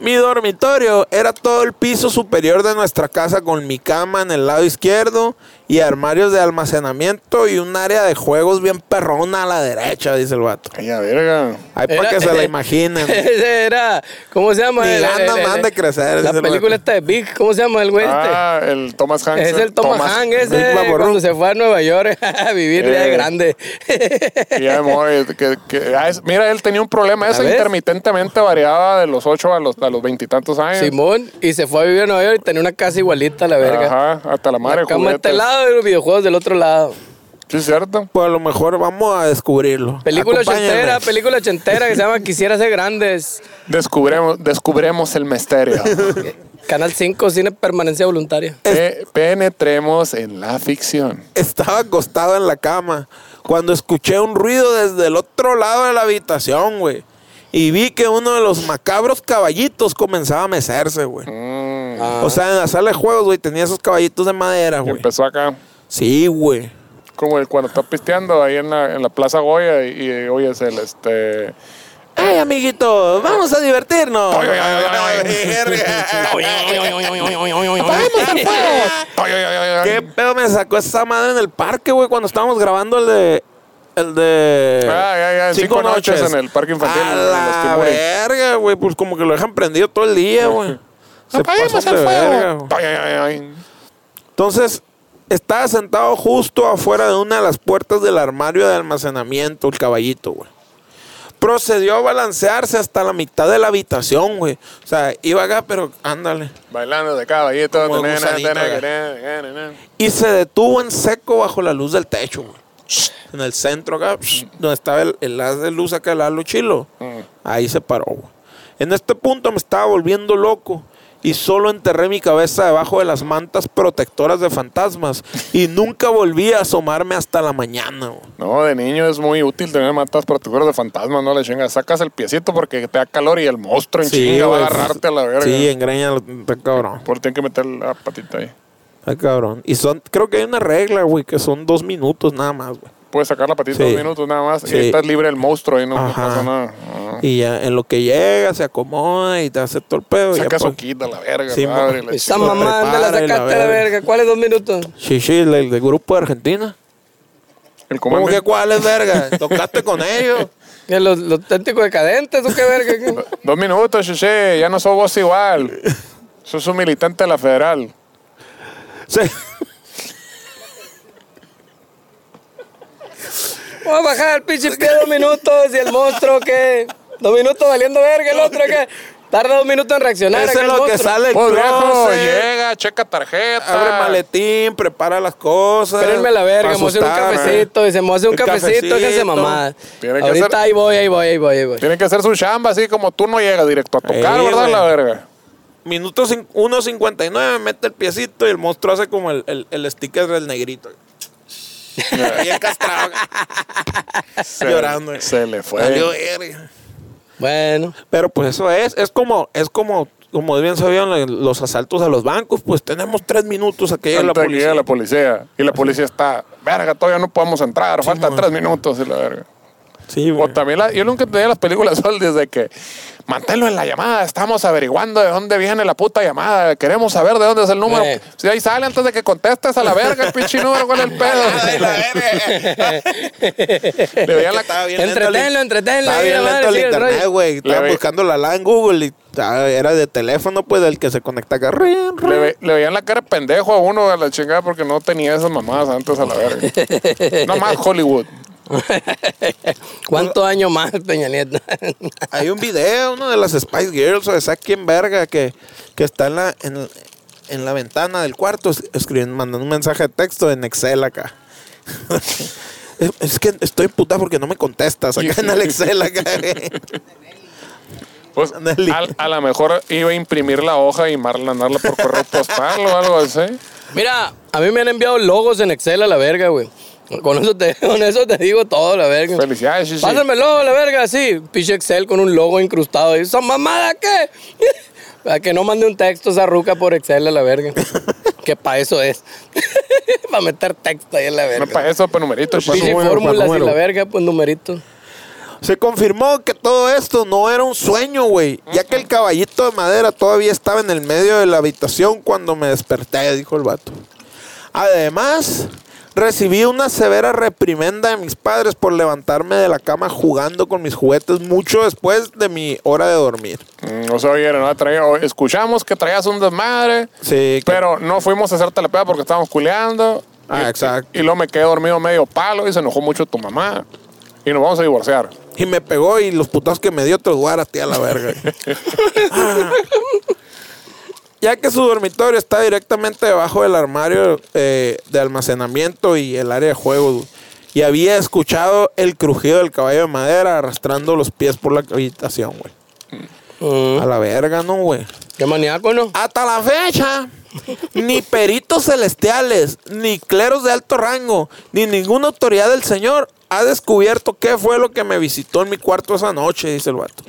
Speaker 3: Mi dormitorio era todo el piso superior de nuestra casa con mi cama en el lado izquierdo y armarios de almacenamiento y un área de juegos bien perrona a la derecha, dice el vato.
Speaker 1: Ay, a verga.
Speaker 3: Ahí para
Speaker 2: Era-
Speaker 3: que se la imaginen.
Speaker 2: Ese era, ¿cómo se llama?
Speaker 3: Ni
Speaker 2: El-
Speaker 3: ganas
Speaker 2: el- el-
Speaker 3: me dan de crecer,
Speaker 2: La
Speaker 3: dice el
Speaker 2: película
Speaker 3: vato.
Speaker 2: esta de Big, ¿cómo se llama el güey
Speaker 1: Ah, el Thomas Hanks.
Speaker 2: este? Es el Thomas Hank ese,
Speaker 3: Big Babaroo.
Speaker 2: cuando se fue a Nueva York a vivir ya de
Speaker 1: Eh.
Speaker 2: grande.
Speaker 1: Que ya me voy, que- que- ah, es- mira, él tenía un problema. Eso
Speaker 2: ves?
Speaker 1: intermitentemente variaba de los 8 a los a los veintitantos años.
Speaker 2: Simón, y se fue a vivir a Nueva York y tenía una casa igualita a la verga.
Speaker 1: Ajá, hasta la madre
Speaker 2: la
Speaker 1: de
Speaker 2: cama de este
Speaker 1: juguetes.
Speaker 2: lado y los videojuegos del otro lado.
Speaker 1: Sí, es cierto.
Speaker 3: Pues a lo mejor vamos a descubrirlo.
Speaker 2: Película
Speaker 3: Acompáñenme.
Speaker 2: ochentera, película ochentera que se llama Quisiera ser grandes.
Speaker 1: Descubremos, descubremos el misterio.
Speaker 2: Canal 5, cine permanencia voluntaria.
Speaker 1: Pe- penetremos en la ficción.
Speaker 3: Estaba acostado en la cama cuando escuché un ruido desde el otro lado de la habitación, güey. Y vi que uno de los macabros caballitos comenzaba a mecerse, güey. O sea, en la sala de juegos, güey, tenía esos caballitos de madera, güey.
Speaker 1: Mm. Empezó acá.
Speaker 3: Sí, güey.
Speaker 1: Como el cuando está pisteando ahí en la, en la Plaza Goya y, y oyes el este.
Speaker 3: ¡Ay, amiguito! ¡Vamos a divertirnos!
Speaker 1: Ay, ay, ay, ay,
Speaker 3: ¡Vamos al juego! ¿Qué pedo me sacó esa madre en el parque, güey? Cuando estábamos grabando el de. El de.
Speaker 1: Ah, ya, ya, en cinco noches en el parque infantil,
Speaker 3: A
Speaker 1: en los
Speaker 3: la
Speaker 1: Timuris.
Speaker 3: verga, güey. Pues como que lo dejan prendido todo el día, güey. Se
Speaker 1: Apaguemos
Speaker 3: pasan
Speaker 1: el
Speaker 3: de verga,
Speaker 1: fuego.
Speaker 3: güey.
Speaker 1: Ay, ay, ay,
Speaker 3: Entonces, estaba sentado justo afuera de una de las puertas del armario de almacenamiento, el caballito, güey. Procedió a balancearse hasta la mitad de la habitación, güey. O sea, iba acá, pero ándale.
Speaker 1: ay. Bailando de caballito.
Speaker 3: Como
Speaker 1: Nena,
Speaker 3: gusanito,
Speaker 1: nena,
Speaker 3: ya.
Speaker 1: nena, nena.
Speaker 3: Y se detuvo en seco bajo la luz del techo, güey. En el centro acá, donde estaba el, el haz de luz acá, el halo chilo.
Speaker 1: Mm.
Speaker 3: Ahí se paró, güey. En este punto me estaba volviendo loco y solo enterré mi cabeza debajo de las mantas protectoras de fantasmas y nunca volví a asomarme hasta la mañana, güey.
Speaker 1: No, de niño es muy útil tener matas protectoras de fantasmas, no le chingas. Sacas el piecito porque te da calor y el monstruo en chinga va a
Speaker 3: güey.
Speaker 1: agarrarte a la verga.
Speaker 3: Sí, engraña, está cabrón.
Speaker 1: Por tienen que meter la patita ahí.
Speaker 3: Está cabrón. Y son, creo que hay una regla, güey, que son dos minutos nada más, güey.
Speaker 1: Puedes sacar la patita
Speaker 3: Sí.
Speaker 1: dos minutos nada más
Speaker 3: Sí.
Speaker 1: y estás libre del monstruo y no, no
Speaker 3: Ajá.
Speaker 1: pasa nada. Ah.
Speaker 3: Y ya en lo que llega, se acomoda y te hace todo el pedo. y ya
Speaker 1: Saca
Speaker 3: pues,
Speaker 1: su kit a la verga,
Speaker 3: Sí, pues,
Speaker 1: madre,
Speaker 3: mo-
Speaker 1: la
Speaker 2: Esa
Speaker 1: chingada.
Speaker 2: mamá, anda la
Speaker 3: prepárale la
Speaker 2: sacaste a la
Speaker 3: verga.
Speaker 2: verga. ¿Cuáles dos minutos?
Speaker 3: Sí, sí, el, el grupo de Argentina.
Speaker 1: El
Speaker 3: ¿Cómo
Speaker 1: comandante.
Speaker 3: que cuál es, verga? ¿Tocaste con ellos?
Speaker 2: ¿Que ¿Los, los ténticos decadentes o qué verga? ¿Qué?
Speaker 1: Dos minutos, Cheche, ya no sos vos igual. Sos un militante de la federal.
Speaker 3: Sí.
Speaker 2: Voy a bajar el pinche pie dos minutos y el monstruo que. Dos minutos valiendo verga, el otro que. Tarda dos minutos en reaccionar.
Speaker 3: Eso
Speaker 2: acá
Speaker 3: es
Speaker 2: el
Speaker 3: lo que
Speaker 2: monstruo.
Speaker 3: sale el
Speaker 1: Pues viejo,
Speaker 3: closet,
Speaker 1: llega, checa tarjeta.
Speaker 3: Abre maletín, prepara las cosas.
Speaker 2: Ah. Espérenme a la verga,
Speaker 3: pa'
Speaker 2: me voy a hacer un
Speaker 3: asustar, ¿eh?
Speaker 2: cafecito. Dice, me voy a hacer un
Speaker 3: El
Speaker 2: cafecito, déjense mamada.
Speaker 1: Tiene que
Speaker 2: Ahorita
Speaker 1: hacer-
Speaker 2: ahí voy, ahí voy, ahí voy, ahí voy.
Speaker 1: Tiene que hacer su chamba así como tú no llegas directo a tocar,
Speaker 3: Ey,
Speaker 1: ¿verdad?
Speaker 3: güey.
Speaker 1: La verga.
Speaker 3: Minuto cin- 1.59, mete el piecito y el monstruo hace como el, el, el sticker del negrito. Bien castrado.
Speaker 1: Se-
Speaker 3: Llorando. eh.
Speaker 1: Se le
Speaker 3: Valió
Speaker 1: fue.
Speaker 3: verga.
Speaker 2: Bueno,
Speaker 3: Pero pues eso es, es como, es como, como bien sabían lo- los asaltos a los bancos, pues tenemos tres minutos a que llegue la
Speaker 1: Antes de que
Speaker 3: policía.
Speaker 1: llegue la policía. Y la policía está, verga, todavía no podemos entrar, faltan tres minutos y la verga.
Speaker 3: Sí,
Speaker 1: O
Speaker 3: güey.
Speaker 1: también la- yo nunca entendía las películas sol desde que manténlo en la llamada, estamos averiguando de dónde viene la puta llamada, queremos saber de dónde es el número.
Speaker 2: Eh.
Speaker 1: Si ahí sale antes de que contestes a la verga, el pinche número con el
Speaker 3: Ay, Ah, la
Speaker 1: pedo.
Speaker 3: verga.
Speaker 1: Le veían la,
Speaker 3: Estaba bien lento el-
Speaker 2: entretenlo, entretenlo.
Speaker 3: Estaba
Speaker 2: ahí la
Speaker 3: bien
Speaker 2: madre,
Speaker 3: lento el
Speaker 2: sí, el
Speaker 3: internet,
Speaker 2: rollo.
Speaker 3: güey. Estaba
Speaker 1: ve-
Speaker 3: buscando la LAN Google y ah, era de teléfono, pues, del que se conecta acá. Rin, rin.
Speaker 1: le ve- le veían la cara de pendejo a uno a la chingada porque no tenía esas mamadas antes a la verga. Nada más Hollywood.
Speaker 2: ¿Cuántos años más, Peña Nieto?
Speaker 3: Hay un video, uno de las Spice Girls o de Saki en verga que, que está en la, en, en la ventana del cuarto es- escribiendo, mandando un mensaje de texto en Excel acá. es, es que estoy puta porque no me contestas acá en el Excel acá.
Speaker 1: Pues
Speaker 3: Ándale.
Speaker 1: al- a lo mejor iba a imprimir la hoja y marlanarla por correo postal o algo así.
Speaker 2: Mira, a mí me han enviado logos en Excel a la verga, güey. Con eso te, con eso te digo todo, la verga.
Speaker 1: Felicidades, sí, sí.
Speaker 2: Pásame el logo, la verga, sí. Pinche Excel con un logo incrustado. Y esa mamada, ¿qué? Para que no mande un texto esa ruca por Excel a la verga. que para eso es. para meter texto ahí a la
Speaker 1: No
Speaker 2: verga.
Speaker 1: para eso, pues, pero numerito, sí, sí.
Speaker 2: Pinche
Speaker 3: número, pa'
Speaker 2: fórmulas y
Speaker 3: número.
Speaker 2: la verga, pues numeritos.
Speaker 3: Se confirmó que todo esto no era un sueño, güey. Ya que el caballito de madera todavía estaba en el medio de la habitación cuando me desperté, dijo el vato. Además, recibí una severa reprimenda de mis padres por levantarme de la cama jugando con mis juguetes mucho después de mi hora de dormir.
Speaker 1: Mm, No se oyeron, no Traía- o- escuchamos que traías un desmadre,
Speaker 3: Sí, que-
Speaker 1: pero no fuimos a hacerte la peda porque estábamos culeando.
Speaker 3: Ah,
Speaker 1: Y-
Speaker 3: exacto.
Speaker 1: Y luego me quedé dormido medio palo y se enojó mucho tu mamá. Y nos vamos a divorciar.
Speaker 3: Y me pegó y los putos que me dio te los voy a dar a ti a la verga. Ah. ya que su dormitorio está directamente debajo del armario eh, de almacenamiento y el área de juegos. Y había escuchado el crujido del caballo de madera arrastrando los pies por la habitación, güey.
Speaker 2: Mm,
Speaker 3: A la verga, no, güey.
Speaker 2: Qué maníaco, ¿no?
Speaker 3: Hasta la fecha, ni peritos celestiales, ni cleros de alto rango, ni ninguna autoridad del Señor ha descubierto qué fue lo que me visitó en mi cuarto esa noche, dice el vato.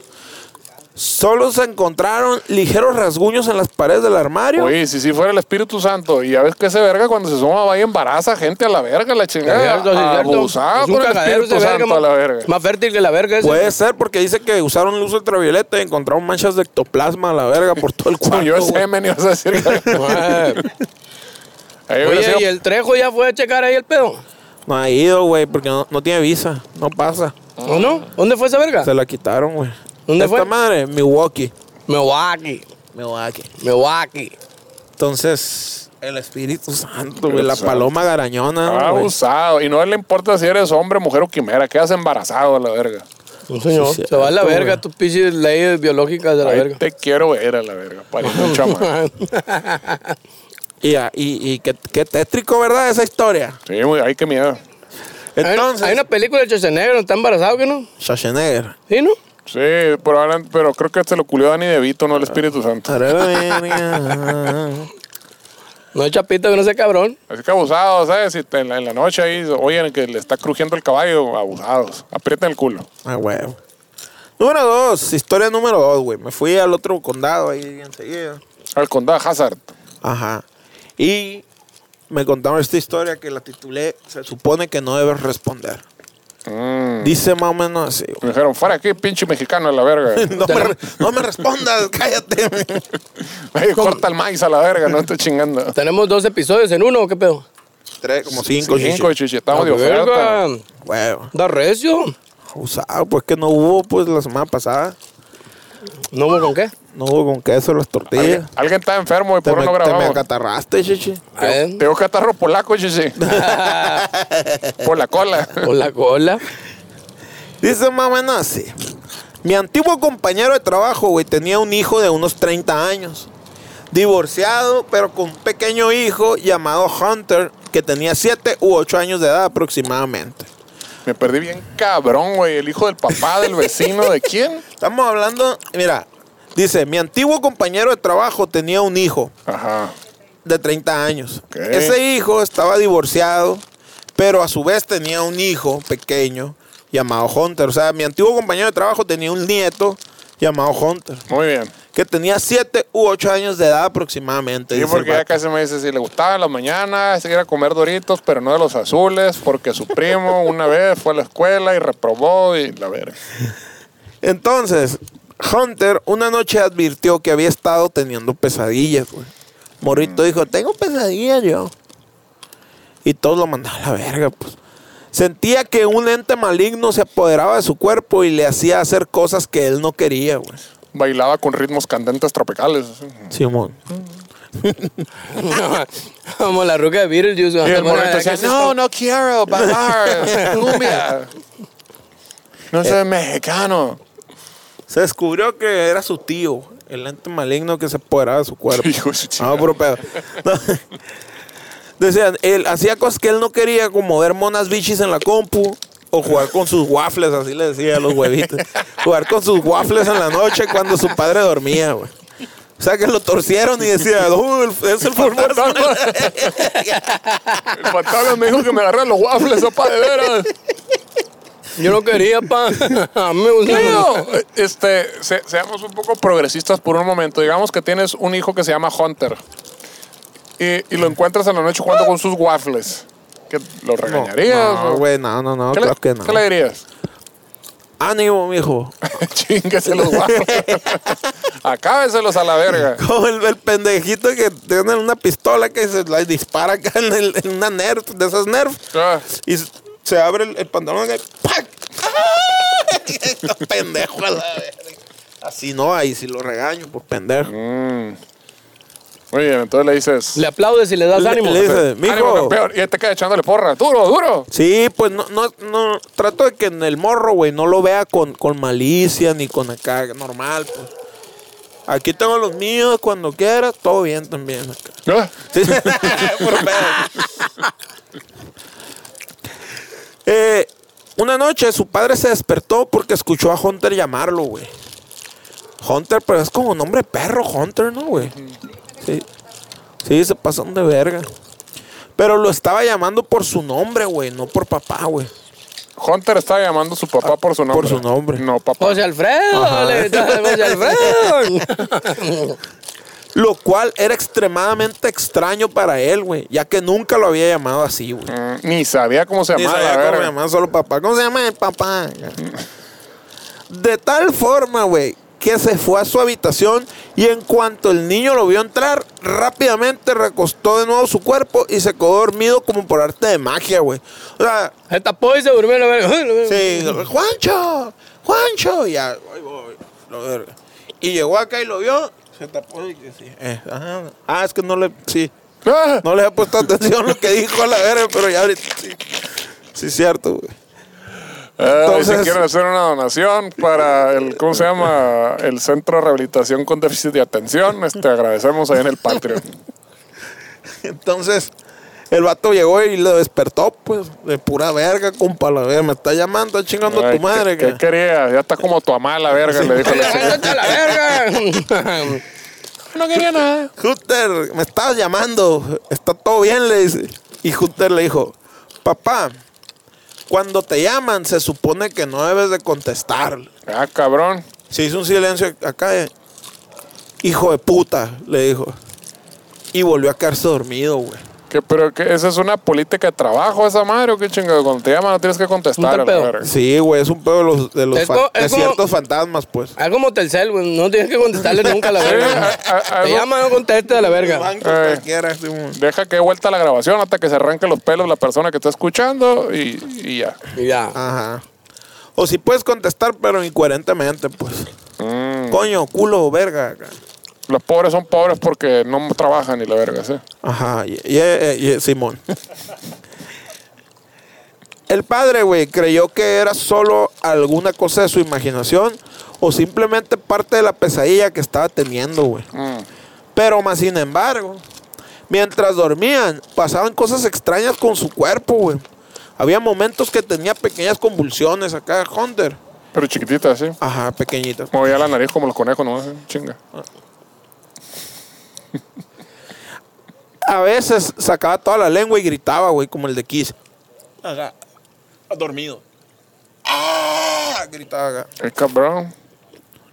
Speaker 3: Solo se encontraron ligeros rasguños en las paredes del armario.
Speaker 1: Oye, si sí fuera el Espíritu Santo, y ya ves que ese verga cuando se suma va y embaraza gente a la verga, la chingada.
Speaker 2: Cierto, sí, cierto.
Speaker 1: Abusado
Speaker 2: Es Ah, pues, un
Speaker 1: con el
Speaker 2: cagadero
Speaker 1: Espíritu
Speaker 2: ese verga,
Speaker 1: Santo
Speaker 2: ma-
Speaker 1: a la verga.
Speaker 2: Más fértil que la verga ese.
Speaker 3: Puede ser porque dice que usaron luz ultravioleta y encontraron manchas de ectoplasma a la verga por todo el cuarto.
Speaker 1: Cuando yo
Speaker 3: güey.
Speaker 1: sé, me ibas a decir que-
Speaker 2: Ah,
Speaker 1: Ahí hubiera
Speaker 2: Oye,
Speaker 1: sido-
Speaker 2: ¿y el Trejo ya fue a checar ahí el pedo?
Speaker 3: No ha ido, güey, porque no, no tiene visa. No pasa.
Speaker 2: ¿O no? ¿Dónde fue esa verga?
Speaker 3: Se la quitaron, güey.
Speaker 2: ¿Dónde
Speaker 3: Esta
Speaker 2: fue?
Speaker 3: madre, Milwaukee.
Speaker 2: Milwaukee.
Speaker 3: Milwaukee.
Speaker 2: Milwaukee.
Speaker 3: Entonces, el Espíritu Santo, güey,
Speaker 1: Espíritu
Speaker 3: la
Speaker 1: Santo.
Speaker 3: paloma garañona. güey.
Speaker 1: Abusado. Y no le importa si eres hombre, mujer o quimera, quedas embarazado a la verga.
Speaker 2: No, señor.
Speaker 3: Sí,
Speaker 2: se va a la
Speaker 3: cierto,
Speaker 2: verga
Speaker 3: güey.
Speaker 2: tus pinches leyes biológicas de la
Speaker 1: Ahí
Speaker 2: verga.
Speaker 1: te quiero ver a la verga, pariendo un chamán.
Speaker 3: Y, ah, y, y qué, qué tétrico, ¿verdad? Esa historia.
Speaker 1: Sí, muy, ay, qué miedo.
Speaker 2: Hay una-
Speaker 3: Entonces,
Speaker 2: Hay, una película de Schwarzenegger donde está embarazado, ¿qué no?
Speaker 3: Schwarzenegger.
Speaker 2: ¿Sí, no?
Speaker 1: Sí, pero, ahora- pero creo que se lo culió Dani DeVito, no el Espíritu Santo.
Speaker 3: Para la verga.
Speaker 2: No hay chapito que no sea cabrón.
Speaker 1: Así que abusados, ¿sabes? Si te- en, la, en la noche ahí oyen que le está crujiendo el caballo, abusados. Aprieten el culo.
Speaker 3: Ah, huevo. Número dos, historia número dos, güey. Me fui al otro condado ahí enseguida.
Speaker 1: Al condado Hazard.
Speaker 3: Ajá. Y me contaron esta historia que la titulé Se supone que no debes responder.
Speaker 1: Mm.
Speaker 3: Dice más o menos así.
Speaker 1: Me dijeron, fuera aquí, pinche mexicano a la verga.
Speaker 3: No me, re- no me respondas, cállate.
Speaker 1: Ay, corta el maíz a la verga, no estoy chingando.
Speaker 2: Tenemos dos episodios en uno, ¿o ¿qué pedo?
Speaker 3: Tres, como cinco,
Speaker 1: Cinco,
Speaker 3: chichi.
Speaker 1: chichi, estamos de
Speaker 2: La
Speaker 1: oferta.
Speaker 2: verga,
Speaker 3: Bueno,
Speaker 2: Da recio.
Speaker 3: usado, pues que no hubo, pues la semana pasada.
Speaker 2: ¿No hubo con qué?
Speaker 3: No hubo con queso las
Speaker 1: Alguien,
Speaker 3: tortillas.
Speaker 1: alguien está enfermo y
Speaker 3: Te
Speaker 1: por
Speaker 3: me,
Speaker 1: eso no
Speaker 3: te me
Speaker 1: grabamos.
Speaker 3: acatarraste, chichi.
Speaker 2: Eh,
Speaker 1: Tengo catarro polaco, chichi. Por la cola.
Speaker 2: Con la cola.
Speaker 3: Dice más o menos así. Mi antiguo compañero de trabajo, güey, tenía un hijo de unos 30 años. Divorciado, pero con un pequeño hijo llamado Hunter, que tenía 7 u 8 años de edad aproximadamente.
Speaker 1: Me perdí bien cabrón, güey. El hijo del papá, del vecino, ¿de quién?
Speaker 3: Estamos hablando, mira, dice, mi antiguo compañero de trabajo tenía un hijo
Speaker 1: Ajá.
Speaker 3: de 30 años.
Speaker 1: Ok.
Speaker 3: Ese hijo estaba divorciado, pero a su vez tenía un hijo pequeño llamado Hunter. O sea, mi antiguo compañero de trabajo tenía un nieto llamado Hunter.
Speaker 1: Muy bien.
Speaker 3: que tenía 7 u 8 años de edad aproximadamente.
Speaker 1: Yo
Speaker 3: dice el
Speaker 1: porque ya
Speaker 3: vato.
Speaker 1: casi me dice si le gustaban las mañanas, se iba a comer doritos, pero no de los azules, porque su primo una vez fue a la escuela y reprobó y la verga.
Speaker 3: Entonces, Hunter una noche advirtió que había estado teniendo pesadillas, güey. Morrito dijo, tengo pesadillas yo. Y todos lo mandaban a la verga, pues. Sentía que un ente maligno se apoderaba de su cuerpo y le hacía hacer cosas que él no quería, güey.
Speaker 1: Bailaba con ritmos candentes tropicales.
Speaker 3: Simón.
Speaker 2: Como la ruca de Beetlejuice.
Speaker 3: Ah,
Speaker 1: Y el
Speaker 2: Bueno,
Speaker 1: morrito decía,
Speaker 2: ¿qué es
Speaker 1: no,
Speaker 2: esto?
Speaker 1: no quiero bailar, cumbia. No soy
Speaker 3: Eh.
Speaker 1: mexicano.
Speaker 3: Se descubrió que era su tío, el ente maligno que se apoderaba de su cuerpo.
Speaker 1: Hijo de su chingada.
Speaker 3: No, puro pedo. No. Decían, él hacía cosas que él no quería, como ver monas bichis en la compu o jugar con sus waffles, así le decía a los huevitos. jugar con sus waffles en la noche cuando su padre dormía, güey. O sea, que lo torcieron y decía, "Uh, el- es el fantasma".
Speaker 1: El fantasma me dijo que me agarré los waffles, sopa de veras.
Speaker 2: Yo no quería, pa. A mí me gusta.
Speaker 1: Creo, este, se- seamos un poco progresistas por un momento. Digamos que tienes un hijo que se llama Hunter y, y lo encuentras en la noche jugando con sus waffles. ¿Que ¿Lo regañarías?
Speaker 3: No,
Speaker 1: o-
Speaker 3: güey, no, no, no,
Speaker 1: ¿Qué,
Speaker 3: claro
Speaker 1: le,
Speaker 3: que no.
Speaker 1: qué le dirías?
Speaker 3: Ánimo, mijo.
Speaker 1: Chínguese los waffles. Acábeselos a la verga.
Speaker 3: Como el, el pendejito que tiene una pistola que se la dispara acá en, el- en una nerf, de esas nerf.
Speaker 1: Ah,
Speaker 3: Y s- se abre el, el pantalón acá y ¡pac! Está pendejo a la verga. Así no, ahí sí lo regaño por pendejo.
Speaker 1: Mm. Muy bien, entonces le dices.
Speaker 2: Le aplaudes y le das
Speaker 3: Le-
Speaker 2: ánimo.
Speaker 3: le dice,
Speaker 1: "Ánimo,
Speaker 3: mijo.
Speaker 1: campeón", Y él te queda echándole porra. Duro, duro.
Speaker 3: Sí, pues no, no, no, trato de que en el morro, güey, no lo vea con, con malicia ni con acá, normal, pues. Aquí tengo los míos, cuando quieras, todo bien también. acá.
Speaker 1: Ah,
Speaker 3: Sí. Puro pedo. Eh, una noche su padre se despertó porque escuchó a Hunter llamarlo, güey. Hunter, pero es como nombre de perro, Hunter, ¿no, güey? Sí. Sí, se pasan de verga. Pero lo estaba llamando por su nombre, güey, no por papá, güey.
Speaker 1: Hunter estaba llamando a su papá por su nombre.
Speaker 3: Ah, Por su nombre.
Speaker 1: No, papá.
Speaker 2: José Alfredo, le gritaba, José Alfredo.
Speaker 3: Lo cual era extremadamente extraño para él, güey, ya que nunca lo había llamado así, güey.
Speaker 1: Mm, Ni sabía cómo se
Speaker 3: Oh. Ni
Speaker 1: llamaba.
Speaker 3: sabía
Speaker 1: la
Speaker 3: cómo
Speaker 1: verga.
Speaker 3: me llamaba solo papá. ¿Cómo se llama el papá? De tal forma, güey, que se fue a su habitación y en cuanto el niño lo vio entrar, rápidamente recostó de nuevo su cuerpo y se quedó dormido como por arte de magia, güey. O sea,
Speaker 2: Se tapó y se durmió. la verga.
Speaker 3: sí, Juancho, Juancho, ya, ahí voy, la verga. Y llegó acá y lo vio, se tapó y decía, eh, ajá. ah, es que no le, sí,
Speaker 1: Ah,
Speaker 3: no les he puesto atención lo que dijo a la verga, pero ya ahorita sí. Sí, es cierto, güey.
Speaker 1: Eh,
Speaker 3: Entonces-
Speaker 1: si quieren hacer una donación para el, ¿cómo se llama? El Centro de Rehabilitación con Déficit de Atención, este, agradecemos ahí en el Patreon.
Speaker 3: Entonces, el vato llegó y lo despertó, pues, de pura verga, compa, la verga. Me está llamando, está chingando a
Speaker 1: Ay,
Speaker 3: tu madre.
Speaker 1: ¿Qué, qué
Speaker 3: que-
Speaker 1: quería? Ya está como tu amada la verga, le dijo. la señora.
Speaker 2: Levántate a la verga.
Speaker 1: No quería nada.
Speaker 3: Hunter, me estabas llamando. Está todo bien, le dice. Y Hunter le dijo, papá, cuando te llaman se supone que no debes de contestar.
Speaker 1: Ah, cabrón.
Speaker 3: Se hizo un silencio acá. eh. Hijo de puta, le dijo. Y volvió a quedarse dormido, güey.
Speaker 1: Qué ¿Qué, pero que esa es una política de trabajo esa madre o qué chingado. Cuando te llaman no tienes que contestar.
Speaker 2: Puta
Speaker 1: a la
Speaker 2: pedo.
Speaker 1: verga.
Speaker 3: Sí, güey, es un pedo de los, de los
Speaker 2: Es
Speaker 3: fan-
Speaker 2: co-
Speaker 3: de
Speaker 2: es como-
Speaker 3: ciertos fantasmas, pues.
Speaker 2: Ah, como Telcel, güey. No tienes que contestarle nunca a la verga.
Speaker 1: Sí, a- a- a-
Speaker 2: Te
Speaker 1: no-
Speaker 2: llama, no contestes a la verga.
Speaker 3: Van con
Speaker 1: Eh.
Speaker 3: cualquiera, sí, güey.
Speaker 1: Deja que dé vuelta la grabación hasta que se arranque los pelos la persona que está escuchando y, y ya.
Speaker 2: Y ya.
Speaker 3: Ajá. O si puedes contestar, pero incoherentemente, pues. Coño, culo, verga. acá.
Speaker 1: Los pobres son pobres porque no trabajan y la verga, ¿sí?
Speaker 3: Ajá, y- y- eh, y- Simón. El padre, güey, creyó que era solo alguna cosa de su imaginación o simplemente parte de la pesadilla que estaba teniendo, güey. Pero más sin embargo, mientras dormían, pasaban cosas extrañas con su cuerpo, güey. Había momentos que tenía pequeñas convulsiones acá, Hunter.
Speaker 1: Pero chiquititas, ¿sí?
Speaker 3: Ajá, pequeñitas.
Speaker 1: Movía la nariz como los conejos, ¿no? Chinga.
Speaker 3: A veces sacaba toda la lengua y gritaba, güey, como el de Kiss. Ajá. Dormido. ¡Ah! Gritaba acá.
Speaker 1: Es cabrón.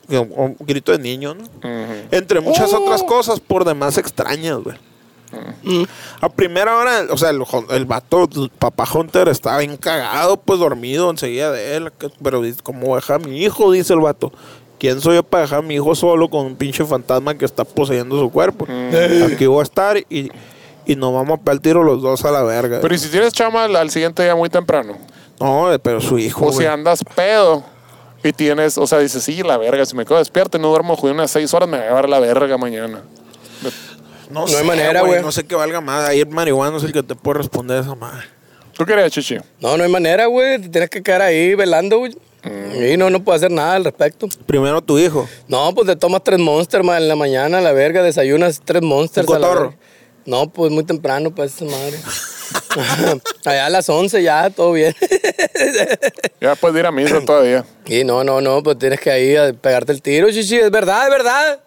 Speaker 3: Un grito de niño, ¿no?
Speaker 1: Ujú.
Speaker 3: Entre muchas
Speaker 2: Oh.
Speaker 3: otras cosas, por demás extrañas, güey.
Speaker 2: Mm.
Speaker 3: A primera hora, o sea, el, jo- el vato, el papá Hunter, estaba bien cagado, pues dormido enseguida de él. que- Pero, dice, ¿cómo voy a dejar a mi hijo? Dice el vato. ¿Quién soy yo para dejar a mi hijo solo con un pinche fantasma que está poseyendo su cuerpo?
Speaker 1: Mm.
Speaker 3: Aquí voy a estar y, y nos vamos a pegar el tiro los dos a la verga.
Speaker 1: Pero ¿y si tienes chama al, al siguiente día muy temprano?
Speaker 3: no, eh, pero su hijo.
Speaker 1: O si
Speaker 3: güey.
Speaker 1: andas pedo y tienes, o sea, dices, sí, la verga, si me quedo despierto y no duermo jodido unas seis horas, me va a llevar la verga mañana.
Speaker 3: no,
Speaker 2: hay manera, güey.
Speaker 3: No sé qué valga más. Ahí el marihuano es el que te puede responder esa madre.
Speaker 1: ¿Tú querías, Chichi?
Speaker 2: No, no hay manera, güey. Te tienes que quedar ahí velando, güey.
Speaker 1: Mm.
Speaker 2: Y no, no puedo hacer nada al respecto.
Speaker 3: Primero tu hijo.
Speaker 2: No, pues te tomas tres monsters más en la mañana, a la verga, desayunas tres monsters.
Speaker 3: ¿Un
Speaker 2: a la
Speaker 3: cotorro?
Speaker 2: verga. No, pues muy temprano para esa madre. Allá a las 11 ya, todo bien.
Speaker 1: Ya puedes ir a misa todavía.
Speaker 2: y no, no, no, pues tienes que ahí a pegarte el tiro, chichi. Es verdad, es verdad.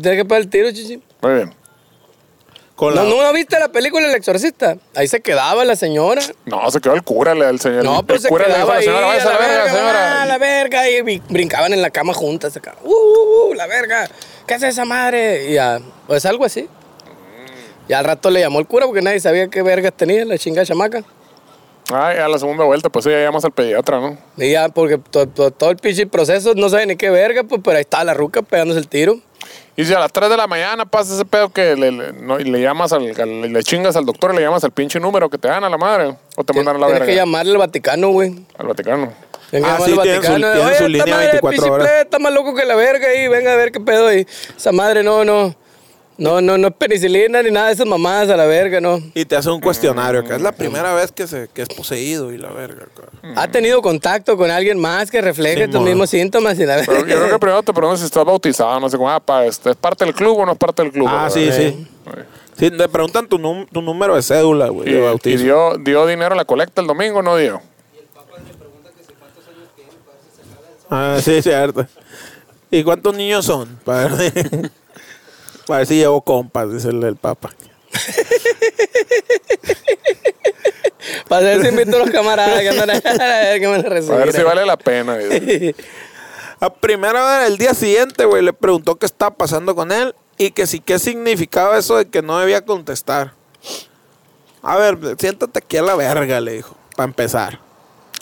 Speaker 2: Tienes que pegar el tiro, chichi.
Speaker 1: Muy bien.
Speaker 3: Con
Speaker 2: No,
Speaker 3: la-
Speaker 2: ¿No viste la película El Exorcista? Ahí se quedaba la señora.
Speaker 1: No, se quedó el cura, le- el señor.
Speaker 2: No, pues
Speaker 1: el
Speaker 2: se
Speaker 1: cura le dijo
Speaker 2: quedaba
Speaker 1: a la
Speaker 2: ahí
Speaker 1: señora,
Speaker 2: a
Speaker 1: váyase
Speaker 2: la verga,
Speaker 1: señora.
Speaker 2: mamá, a la verga. Y brin- brincaban en la cama juntas acá. Uh, uh, uh, la verga. ¿Qué es esa madre? Y ya, pues algo así. Y al rato le llamó el cura porque nadie sabía qué vergas tenía la chinga chamaca.
Speaker 1: Ay, a la segunda vuelta, pues sí, ya llamamos al pediatra, ¿no?
Speaker 2: Y ya, porque to- to- todo el pinche proceso no sabe ni qué verga, pues, pero ahí estaba la ruca pegándose el tiro.
Speaker 1: Y si a las 3 de la mañana pasa ese pedo que le, le- no, y le llamas al, al- le chingas al doctor y le llamas al pinche número que te dan a la madre. O te
Speaker 2: Tien-
Speaker 1: mandan a la
Speaker 2: Tienes
Speaker 1: verga.
Speaker 2: que llamarle al Vaticano, güey.
Speaker 1: Al Vaticano.
Speaker 2: Tienes que
Speaker 3: Ah,
Speaker 2: llamar
Speaker 3: sí,
Speaker 2: al
Speaker 3: tienen su-
Speaker 2: Vaticano.
Speaker 3: tienen
Speaker 2: Oye,
Speaker 3: su
Speaker 2: esta
Speaker 3: línea
Speaker 2: madre de
Speaker 3: 24 horas.
Speaker 2: Pisipleta está más loco que la verga ahí. Venga a ver qué pedo ahí. Esa madre, no, no. No, no, no es penicilina ni nada de esas mamadas a la verga, no.
Speaker 3: Y te hace un cuestionario acá. Es la primera vez que, se, que es poseído y la verga acá.
Speaker 2: ¿Ha tenido contacto con alguien más que refleje
Speaker 3: Sí,
Speaker 2: tus
Speaker 3: mo.
Speaker 2: mismos síntomas y la
Speaker 1: Pero yo creo que
Speaker 2: verga?
Speaker 1: primero te preguntan si estás bautizado, no sé cómo. Ah, pa, este, ¿es parte del club o no es parte del club?
Speaker 3: Ah,
Speaker 1: La
Speaker 3: sí,
Speaker 1: verga.
Speaker 3: sí. Sí, te preguntan tu, num- tu número de cédula, güey,
Speaker 1: Y,
Speaker 3: de
Speaker 1: y
Speaker 3: bautismo.
Speaker 1: dio, dio dinero a la colecta el domingo, no dio.
Speaker 3: Ah, sí, cierto. ¿Y cuántos niños son? Para ver, para ver si llevo compas, dice el, el papa.
Speaker 2: Para ver si invito a los camaradas que andan ahí, a la verga que me la
Speaker 1: A ver si
Speaker 2: recibieron.
Speaker 1: vale la pena. dice.
Speaker 3: A primera hora del día siguiente, güey, le preguntó qué estaba pasando con él y que si qué significaba eso de que no debía contestar. A ver, siéntate aquí a la verga, le dijo, para empezar.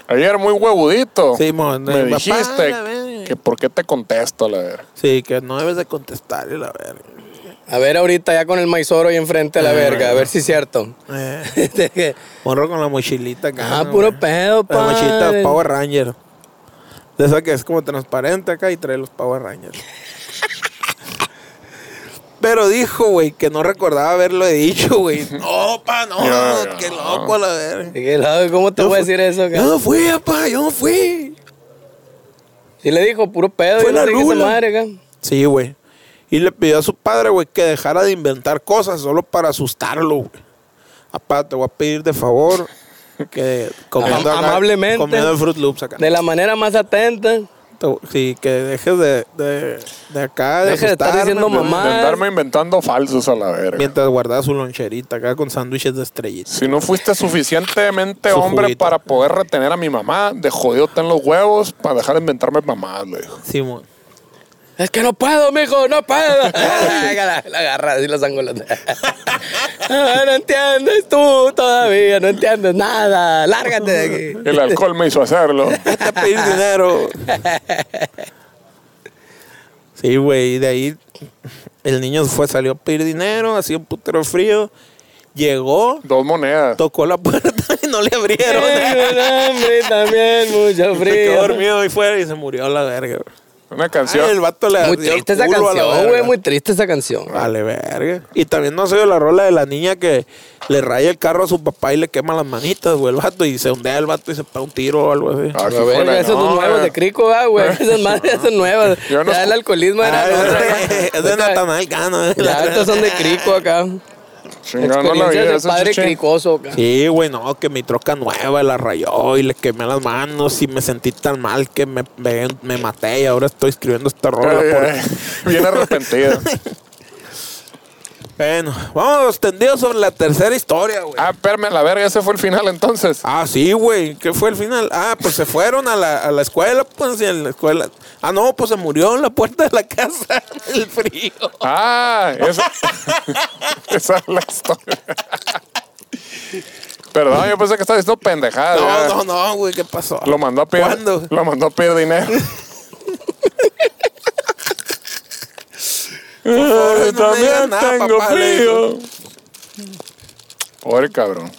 Speaker 1: Ayer muy huevudito.
Speaker 3: Sí, mon,
Speaker 1: me
Speaker 3: eh, papá,
Speaker 1: dijiste
Speaker 3: la verga.
Speaker 1: que por qué te contesto, la verga.
Speaker 3: Sí, que no debes de contestar y la verga.
Speaker 2: A ver ahorita ya con el maizoro ahí enfrente a la verga, a ver si es cierto.
Speaker 3: Eh,
Speaker 2: Este,
Speaker 3: morro con la mochilita acá.
Speaker 2: Ah,
Speaker 3: ¿no,
Speaker 2: puro
Speaker 3: güey?
Speaker 2: pedo,
Speaker 3: La mochilita
Speaker 2: padre.
Speaker 3: Power Ranger. De esa que es como transparente acá y trae los Power Rangers. Pero dijo, güey, que no recordaba haberlo dicho, güey. No, pa, no,
Speaker 1: Ya, ya,
Speaker 3: qué
Speaker 1: no.
Speaker 3: loco la verga.
Speaker 2: y que, "No, ¿Cómo te voy a
Speaker 3: fu-
Speaker 2: decir eso?
Speaker 3: Yo
Speaker 2: acá?
Speaker 3: no fui, pa, yo no fui.
Speaker 2: Y le dijo, puro pedo. yo
Speaker 3: Fue
Speaker 2: no
Speaker 3: la
Speaker 2: sé qué esa
Speaker 3: luna.
Speaker 2: madre, acá.
Speaker 3: Sí, güey. Y le pidió a su padre, güey, que dejara de inventar cosas solo para asustarlo, güey. Apá, te voy a pedir de favor que comiendo
Speaker 2: Am- amablemente.
Speaker 3: comiendo Fruit Loops acá.
Speaker 2: De la manera más atenta.
Speaker 3: Te- Sí, que dejes de, de, de acá, de
Speaker 2: Deja de estar
Speaker 3: asustarme,
Speaker 2: diciendo
Speaker 3: güey,
Speaker 2: mamá.
Speaker 1: De andarme inventando falsos a la verga.
Speaker 3: Mientras guardaba su loncherita acá con sándwiches de estrellitas.
Speaker 1: Si no fuiste suficientemente
Speaker 3: Su
Speaker 1: hombre
Speaker 3: juguito.
Speaker 1: para poder retener a mi mamá, de jodido ten los huevos para dejar de inventarme mamás, le dijo.
Speaker 3: Simón.
Speaker 2: Es que no puedo, mijo, no puedo. la, la agarra así la zangolota. Ah, no entiendes tú todavía, no entiendes nada. Lárgate de aquí.
Speaker 1: El alcohol me hizo hacerlo.
Speaker 3: Vete a pedir dinero. Sí, güey, y de ahí el niño fue, salió a pedir dinero, hacía un putero frío, llegó,
Speaker 1: Dos monedas.
Speaker 3: tocó la puerta y no le abrieron.
Speaker 2: Tengo un hambre también, mucho
Speaker 3: Se quedó
Speaker 2: frío.
Speaker 3: dormido ahí fuera y se murió a la verga.
Speaker 1: Una
Speaker 3: Ay, el
Speaker 1: canción. Ah,
Speaker 3: vato le
Speaker 2: Muy
Speaker 3: ardió el
Speaker 2: triste esa
Speaker 3: culo a la
Speaker 2: canción,
Speaker 3: verga. Ah,
Speaker 2: güey, muy triste esa canción.
Speaker 3: Vale, verga. Y también no se oye la rola de la niña que le raya el carro a su papá y le quema las manitas, güey, el vato. Y se hundea el vato y se pega un tiro o algo así.
Speaker 1: Ah, qué
Speaker 2: A ver,
Speaker 1: buena,
Speaker 2: esos
Speaker 1: no,
Speaker 2: nuevos
Speaker 1: eh.
Speaker 2: de Crico, ah, güey. Esas madres son nuevas.
Speaker 1: Yo no
Speaker 2: ya el
Speaker 1: escu-
Speaker 2: alcoholismo era.
Speaker 3: Ah, es de- es de
Speaker 2: Ahorita-
Speaker 3: Natanael Cano. eh.
Speaker 2: Ya, estos son de Crico acá.
Speaker 1: Chingada, no la vi,
Speaker 2: Experiencias del
Speaker 1: ese
Speaker 2: padre
Speaker 1: chichín.
Speaker 2: cricoso acá.
Speaker 3: Sí, güey, no, que mi troca nueva la rayó y le quemé las manos y me sentí tan mal que me, me, me maté y ahora estoy escribiendo esta rola.
Speaker 1: Ay,
Speaker 3: por-
Speaker 1: ay, Bien arrepentido.
Speaker 3: Bueno, vamos tendidos sobre la tercera historia, güey.
Speaker 1: ah, espérame, la verga, ese fue el final entonces.
Speaker 3: Ah, sí, güey. ¿Qué fue el final? Ah, pues se fueron a la, a la escuela, pues, y en la escuela. Ah, no, pues se murió en la puerta de la casa del frío.
Speaker 1: Ah, esa, esa es la historia. Perdón, yo pensé que estaba diciendo pendejadas.
Speaker 3: No,
Speaker 1: ya.
Speaker 3: no, no, güey, ¿qué pasó?
Speaker 1: Ah. Lo mandó a pedir.
Speaker 3: ¿Cuándo?
Speaker 1: Lo mandó a pedir dinero.
Speaker 3: favor,
Speaker 1: Ay,
Speaker 3: no me digas nada, papá, le dijo.
Speaker 1: Pobre cabrón.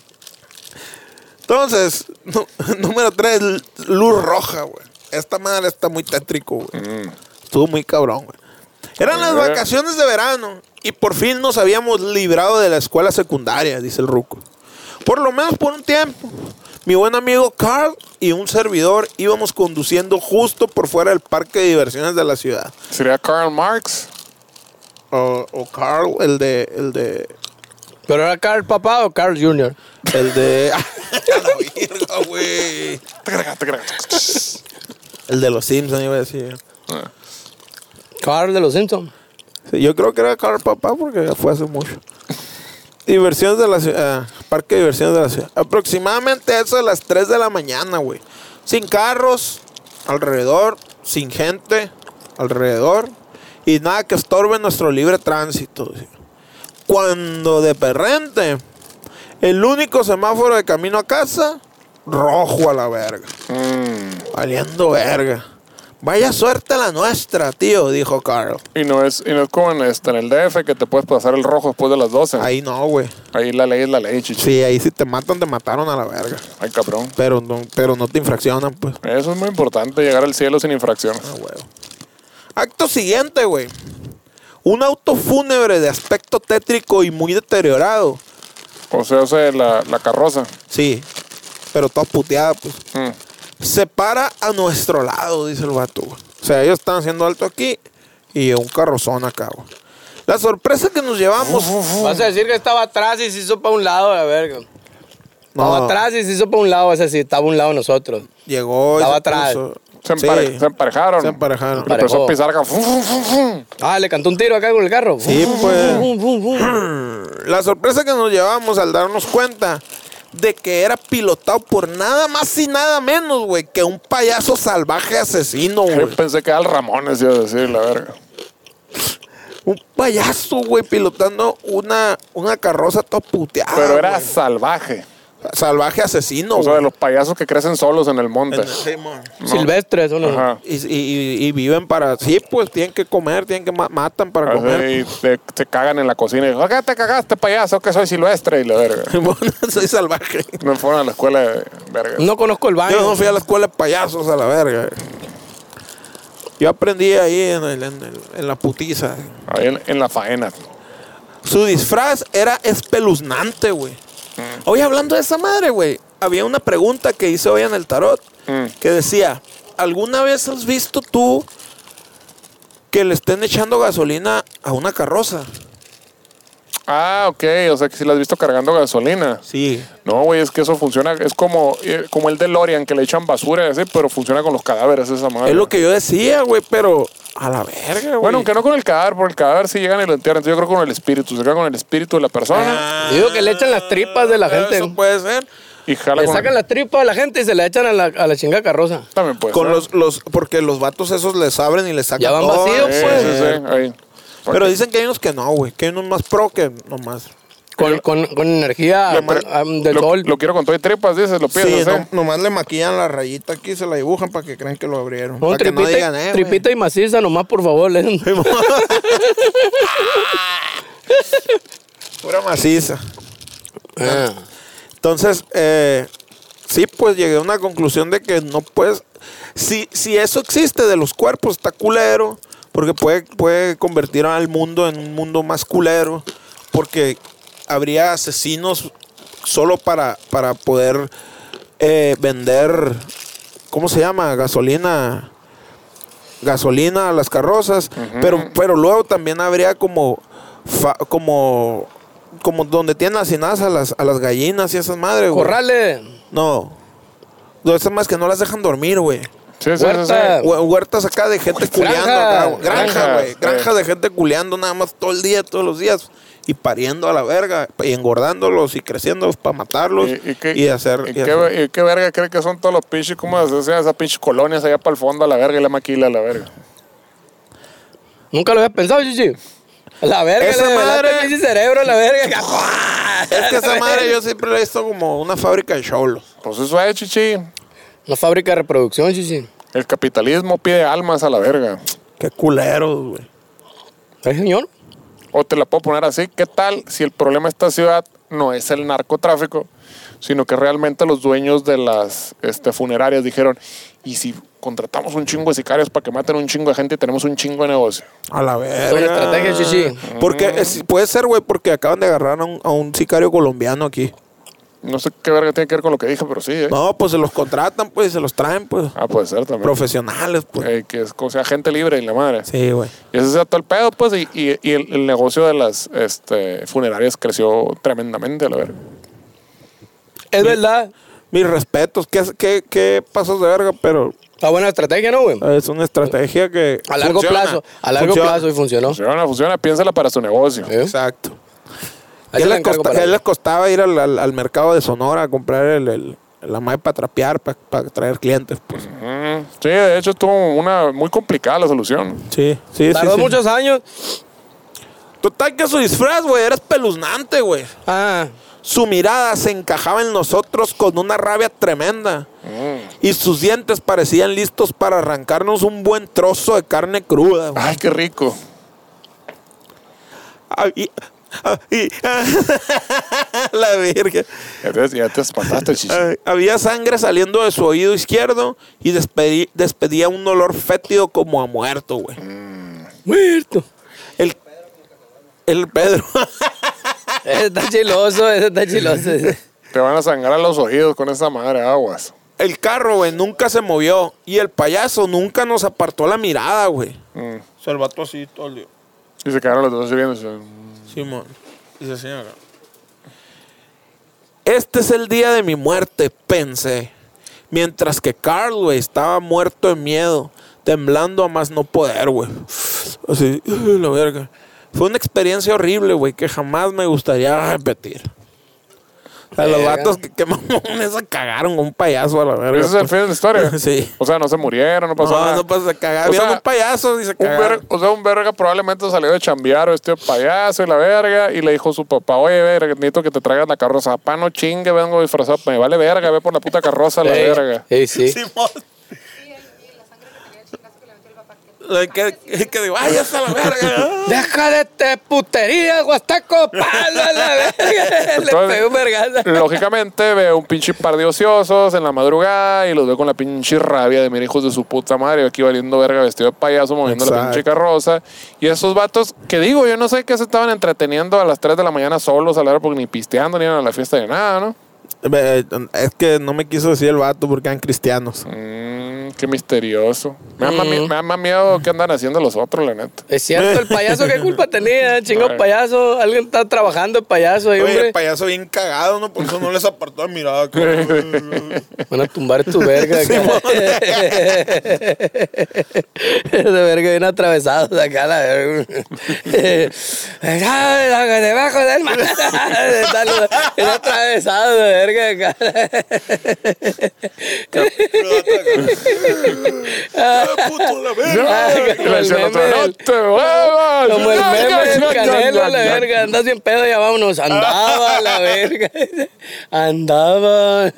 Speaker 3: Entonces, nu- número tres, l- luz roja, güey. Esta madre está muy tétrico, güey. Estuvo muy cabrón, güey. Eran las
Speaker 1: Ajá.
Speaker 3: vacaciones de verano y por fin nos habíamos librado de la escuela secundaria, dice el ruco. Por lo menos por un tiempo. Mi buen amigo Carl y un servidor íbamos conduciendo justo por fuera del parque de diversiones de la ciudad.
Speaker 1: Sería Karl Marx.
Speaker 3: O, o Carl, el de, el de,
Speaker 2: ¿Pero era Carl papá o Carl Jr.?
Speaker 3: el de, A la verga, güey. el de los Simpsons iba a decir.
Speaker 2: Carl de los Simpsons.
Speaker 3: Sí, yo creo que era Carl Papá porque fue hace mucho. Diversiones de la ciudad. parque de diversiones de la ciudad. Aproximadamente eso de las 3 de la mañana, güey. Sin carros alrededor, sin gente alrededor y nada que estorbe nuestro libre tránsito. dice. Cuando de perrente, el único semáforo de camino a casa, rojo a la verga. Valiendo verga. Vaya suerte la nuestra, tío, dijo Carl.
Speaker 1: Y no es, y no es como en, este, en el DF que te puedes pasar el rojo después de las 12. Ahí,
Speaker 3: Ahí no, güey.
Speaker 1: la ley es la ley, chichi.
Speaker 3: Sí, ahí si te matan, te mataron a la verga.
Speaker 1: Ay, cabrón.
Speaker 3: Pero no, pero no te infraccionan, pues.
Speaker 1: Eso es muy importante, llegar al cielo sin infracciones.
Speaker 3: Ah, huevo. Acto siguiente, güey. Un auto fúnebre de aspecto tétrico y muy deteriorado.
Speaker 1: O sea, o sea, la, la carroza.
Speaker 3: Sí. Pero toda puteada, pues.
Speaker 1: Mm.
Speaker 3: Se para a nuestro lado, dice el vato, güey. O sea, ellos están haciendo alto aquí y un carrozón acá, güey. La sorpresa que nos llevamos.
Speaker 2: Vas a decir que estaba atrás y se hizo para un lado, la verga. Estaba
Speaker 3: No,
Speaker 2: atrás y se hizo para un lado, es así, estaba a un lado de nosotros.
Speaker 3: llegó. y
Speaker 2: Estaba
Speaker 3: se
Speaker 2: atrás.
Speaker 3: puso-
Speaker 1: Se,
Speaker 3: Sí.
Speaker 1: empare- se emparejaron.
Speaker 3: Se Oh. emparejaron.
Speaker 1: Y empezó a
Speaker 2: Emparejó.
Speaker 1: pisar acá. Fum, fum, fum, fum.
Speaker 2: Ah, le cantó un tiro acá con el carro.
Speaker 3: Sí,
Speaker 2: Fum,
Speaker 3: pues.
Speaker 2: fum, fum, fum, fum.
Speaker 3: La sorpresa que nos llevamos al darnos cuenta de que era pilotado por nada más y nada menos, güey, que un payaso salvaje asesino,
Speaker 1: Yo
Speaker 3: güey.
Speaker 1: pensé que era el Ramones, iba a decir, la verga.
Speaker 3: Un payaso, güey, pilotando una, una carroza toda puteada.
Speaker 1: Pero era
Speaker 3: Ah, güey.
Speaker 1: salvaje.
Speaker 3: salvaje asesino,
Speaker 1: O sea, de
Speaker 3: güey.
Speaker 1: los payasos que crecen solos en el monte.
Speaker 3: En el Simón.
Speaker 2: Silvestre, eso no.
Speaker 1: Ajá.
Speaker 3: Y, y- y- y viven para. Sí, pues tienen que comer, tienen que ma- matan para
Speaker 1: Ah,
Speaker 3: comer.
Speaker 1: Así, y te, te cagan en la cocina. Y dicen, ¿qué te cagaste, payaso? Que soy silvestre. Y la verga.
Speaker 3: Simón, Soy salvaje.
Speaker 1: No fueron a la escuela de verga.
Speaker 3: Mm.
Speaker 2: No conozco el baño.
Speaker 3: Yo no fui a la escuela de payasos a la verga. Yo aprendí ahí en, el- en el- en la putiza.
Speaker 1: Ahí en, en la faena.
Speaker 3: Su disfraz era espeluznante, güey.
Speaker 1: Mm.
Speaker 3: Hoy hablando de esa madre, güey, había una pregunta que hice hoy en el tarot
Speaker 1: Mm.
Speaker 3: que decía, ¿alguna vez has visto tú que le estén echando gasolina a una carroza?
Speaker 1: Ah, ok. O sea, que si la has visto cargando gasolina.
Speaker 3: Sí.
Speaker 1: No, güey, es que eso funciona. Es como, eh, como el DeLorean que le echan basura, ese, pero funciona con los cadáveres, esa madre.
Speaker 3: Es lo que yo decía, güey, pero a la verga, güey.
Speaker 1: Bueno, aunque no con el cadáver, porque el cadáver sí llegan y lo entierran. Entonces yo creo que con el espíritu, se queda con el espíritu de la persona.
Speaker 3: Ah,
Speaker 2: Digo que le echan las tripas de la gente.
Speaker 3: Eso puede ser.
Speaker 1: Y jala
Speaker 2: Le
Speaker 1: con
Speaker 2: sacan la tripa a la gente y se la echan a la, a la chingada carroza.
Speaker 1: También pues.
Speaker 3: Con
Speaker 1: ¿no?
Speaker 3: los, los, porque los vatos esos les abren y les sacan
Speaker 2: Ya van
Speaker 3: todo.
Speaker 2: vacíos,
Speaker 1: Sí,
Speaker 2: pues.
Speaker 1: sí, sí, ahí.
Speaker 3: Pero dicen que hay unos que no, güey. Que hay unos más pro que nomás.
Speaker 2: Con, con, con energía
Speaker 1: Lo- pero-
Speaker 2: am- del
Speaker 1: lo,
Speaker 2: sol.
Speaker 1: lo quiero con todo y tripas, dices, lo
Speaker 3: Sí,
Speaker 1: piensas, ¿eh?
Speaker 3: no- nomás le maquillan la rayita aquí y se la dibujan para que crean que lo abrieron.
Speaker 2: Un
Speaker 3: para
Speaker 2: Oh,
Speaker 3: que
Speaker 2: tripita,
Speaker 3: no digan, eh, güey". Eh.
Speaker 2: tripita y maciza nomás, por favor. le-
Speaker 3: Pura maciza.
Speaker 2: Ah.
Speaker 3: Entonces, eh, sí, pues llegué a una conclusión de que no puedes. Si, si eso existe de los cuerpos, está culero. Porque puede, puede convertir al mundo en un mundo más culero. Porque habría asesinos solo para, para poder eh, vender. ¿Cómo se llama? Gasolina. Gasolina a las carrozas. pero, pero luego también habría como. fa- como. Como donde tienen hacinadas a las, a las gallinas y esas madres, güey.
Speaker 2: Corrales,
Speaker 3: No. No, esas más que no las dejan dormir, güey.
Speaker 1: Sí, sí, sí, sí.
Speaker 2: Huerta.
Speaker 3: Hue- Huertas acá de gente culeando. acá, güey. Granja,
Speaker 1: Granjas,
Speaker 3: güey. Granja
Speaker 1: sí.
Speaker 3: de gente culeando nada más todo el día, todos los días. Y pariendo a la verga. Y engordándolos y creciéndolos para matarlos.
Speaker 1: ¿Y,
Speaker 3: Y,
Speaker 1: y qué,
Speaker 3: hacer.
Speaker 1: y
Speaker 3: y
Speaker 1: qué,
Speaker 3: hacer-
Speaker 1: y qué verga cree que son todos los pinches? ¿Cómo se hacen esas pinches colonias allá para el fondo a la verga y la maquila a la verga?
Speaker 2: Nunca lo había pensado, Chichi. La verga,
Speaker 3: Esa
Speaker 2: le delata
Speaker 3: madre-
Speaker 2: el pinche cerebro, la verga.
Speaker 3: Es que esa madre yo siempre la he visto como una fábrica de cholos.
Speaker 1: Pues eso es, chichi.
Speaker 2: Una fábrica de reproducción, Chichi.
Speaker 1: El capitalismo pide almas a la verga.
Speaker 3: Qué culeros, güey.
Speaker 2: ¿Eh, señor?
Speaker 1: O te la puedo poner así. ¿Qué tal si el problema de esta ciudad no es el narcotráfico, sino que realmente los dueños de las este, funerarias dijeron, ¿y si contratamos un chingo de sicarios para que maten un chingo de gente y tenemos un chingo de negocio?
Speaker 3: A la verga.
Speaker 2: Soy estrategia, Mm. Chichi.
Speaker 3: Porque es- puede ser, güey, porque acaban de agarrar a un, a un sicario colombiano aquí.
Speaker 1: No sé qué verga tiene que ver con lo que dije, pero sí, ¿eh?
Speaker 3: No, pues se los contratan, pues, y se los traen, pues.
Speaker 1: Ah, puede ser también.
Speaker 3: Profesionales, pues.
Speaker 1: Eh, que es, o sea, gente libre y la madre.
Speaker 3: Sí, güey.
Speaker 1: Y ese es todo el pedo, pues, y, y- y el, el negocio de las este, funerarias creció tremendamente, a la verga.
Speaker 2: Es verdad.
Speaker 3: Mis respetos, qué, qué, qué pasos de verga, pero
Speaker 2: Está buena estrategia, ¿no, güey?
Speaker 3: es una estrategia que.
Speaker 2: A largo
Speaker 3: funciona.
Speaker 2: plazo. A largo
Speaker 3: Funciona.
Speaker 2: plazo y funcionó.
Speaker 1: Funciona, funciona, piénsala para su negocio.
Speaker 2: ¿Eh?
Speaker 3: Exacto.
Speaker 2: Ahí
Speaker 3: ¿Qué
Speaker 2: se la
Speaker 3: les,
Speaker 2: encargo
Speaker 3: costa-
Speaker 2: para-
Speaker 3: qué les costaba ir al, al- al mercado de Sonora a comprar el, el- la madre para trapear, para, traer clientes? Pues.
Speaker 1: Mm, sí, de hecho, estuvo una muy complicada la solución.
Speaker 3: Sí, sí, sí.
Speaker 2: Tardó
Speaker 3: sí.
Speaker 2: muchos años.
Speaker 3: Total que su disfraz, güey, era espeluznante, güey.
Speaker 2: Ah,
Speaker 3: Su mirada se encajaba en nosotros con una rabia tremenda. Y sus dientes parecían listos para arrancarnos un buen trozo de carne cruda. güey.
Speaker 1: Ay, qué rico.
Speaker 3: Ay, ay, la virgen.
Speaker 1: Ya te, ya te espantaste, chichi.
Speaker 3: Ay, había sangre saliendo de su oído izquierdo y despedi- despedía un olor fétido como a muerto, güey.
Speaker 2: muerto.
Speaker 3: El, el Pedro.
Speaker 2: Ese está chiloso, ese está chiloso. ese.
Speaker 1: Te van a sangrar los oídos con esa madre, aguas.
Speaker 3: El carro, güey, nunca se movió. Y el payaso nunca nos apartó la mirada, güey.
Speaker 1: Mm.
Speaker 3: Se el vato así, tolio.
Speaker 1: Y se quedaron los dos así viendo. así.
Speaker 3: Simón. Dice, señora. Este es el día de mi muerte, pensé. Mientras que Carl, güey, estaba muerto de miedo, temblando a más no poder, güey. Así, la verga. Fue una experiencia horrible, güey, que jamás me gustaría repetir. O sea, los
Speaker 2: Verga.
Speaker 3: gatos que, que mamones se cagaron con un payaso a la verga.
Speaker 1: Ese es el
Speaker 3: pues.
Speaker 1: fin de la historia.
Speaker 3: Sí.
Speaker 1: O sea, no se murieron, no pasó
Speaker 3: No,
Speaker 1: nada.
Speaker 3: no pasa, se cagaron.
Speaker 1: O
Speaker 3: Vieron
Speaker 1: sea,
Speaker 3: un payaso y se
Speaker 1: Un
Speaker 3: cagaron.
Speaker 1: ver- o sea, un verga probablemente salió de chambear o este payaso y la verga. Y le dijo a su papá, oye, verga, necesito que te traigan la carroza. Papá, no chingue, vengo disfrazado. Me vale verga, ve por la puta carroza, la
Speaker 2: Ey,
Speaker 1: verga.
Speaker 2: ey, sí.
Speaker 3: Simón.
Speaker 4: Sí, ahí, y la sangre que tenía el chingazo que le metió el papá. que-
Speaker 3: Ay, Que, que, que digo, ay, hasta la verga.
Speaker 2: Deja de te putería, huastaco, palo a la verga. Le
Speaker 1: Entonces,
Speaker 2: pegó un vergazo.
Speaker 1: Lógicamente veo un pinche par de ociosos en la madrugada y los veo con la pinche rabia de mira hijos de su puta madre aquí valiendo verga vestido de payaso moviendo la
Speaker 3: Exacto.
Speaker 1: pinche carroza y esos vatos que digo yo no sé qué se estaban entreteniendo a las 3 de la mañana solos a la hora porque ni pisteando ni iban a la fiesta ni nada ¿no?
Speaker 3: Ve, eh, Es que no me quiso decir el vato porque eran cristianos.
Speaker 1: Mm, Qué misterioso. Me da, más mi- me da más miedo qué andan haciendo los otros, la neta.
Speaker 2: Es cierto, el payaso, ¿qué culpa tenía? Chingo payaso. Alguien está trabajando el payaso ahí,
Speaker 3: Oye, el
Speaker 2: hombre.
Speaker 3: payaso bien cagado, ¿no? Por eso no les apartó la mirada. "Ah,
Speaker 2: Mm. Van a tumbar tu verga. acá. de verga bien atravesados acá, la verga. Ay, lo que Debajo del mar. Están los- Bien atravesados de verga acá.
Speaker 3: puto la verga!
Speaker 2: Ay, como
Speaker 1: Le
Speaker 2: el
Speaker 1: decía el otro,
Speaker 2: meme
Speaker 1: ¡No
Speaker 2: del-
Speaker 1: te muevas!
Speaker 2: Como el
Speaker 1: Ya, ya,
Speaker 2: meme del
Speaker 1: ya, ya,
Speaker 2: Canelo,
Speaker 1: ya,
Speaker 2: la
Speaker 1: ya.
Speaker 2: verga. Andas bien pedo, ya vámonos. Andaba, la verga. Andaba.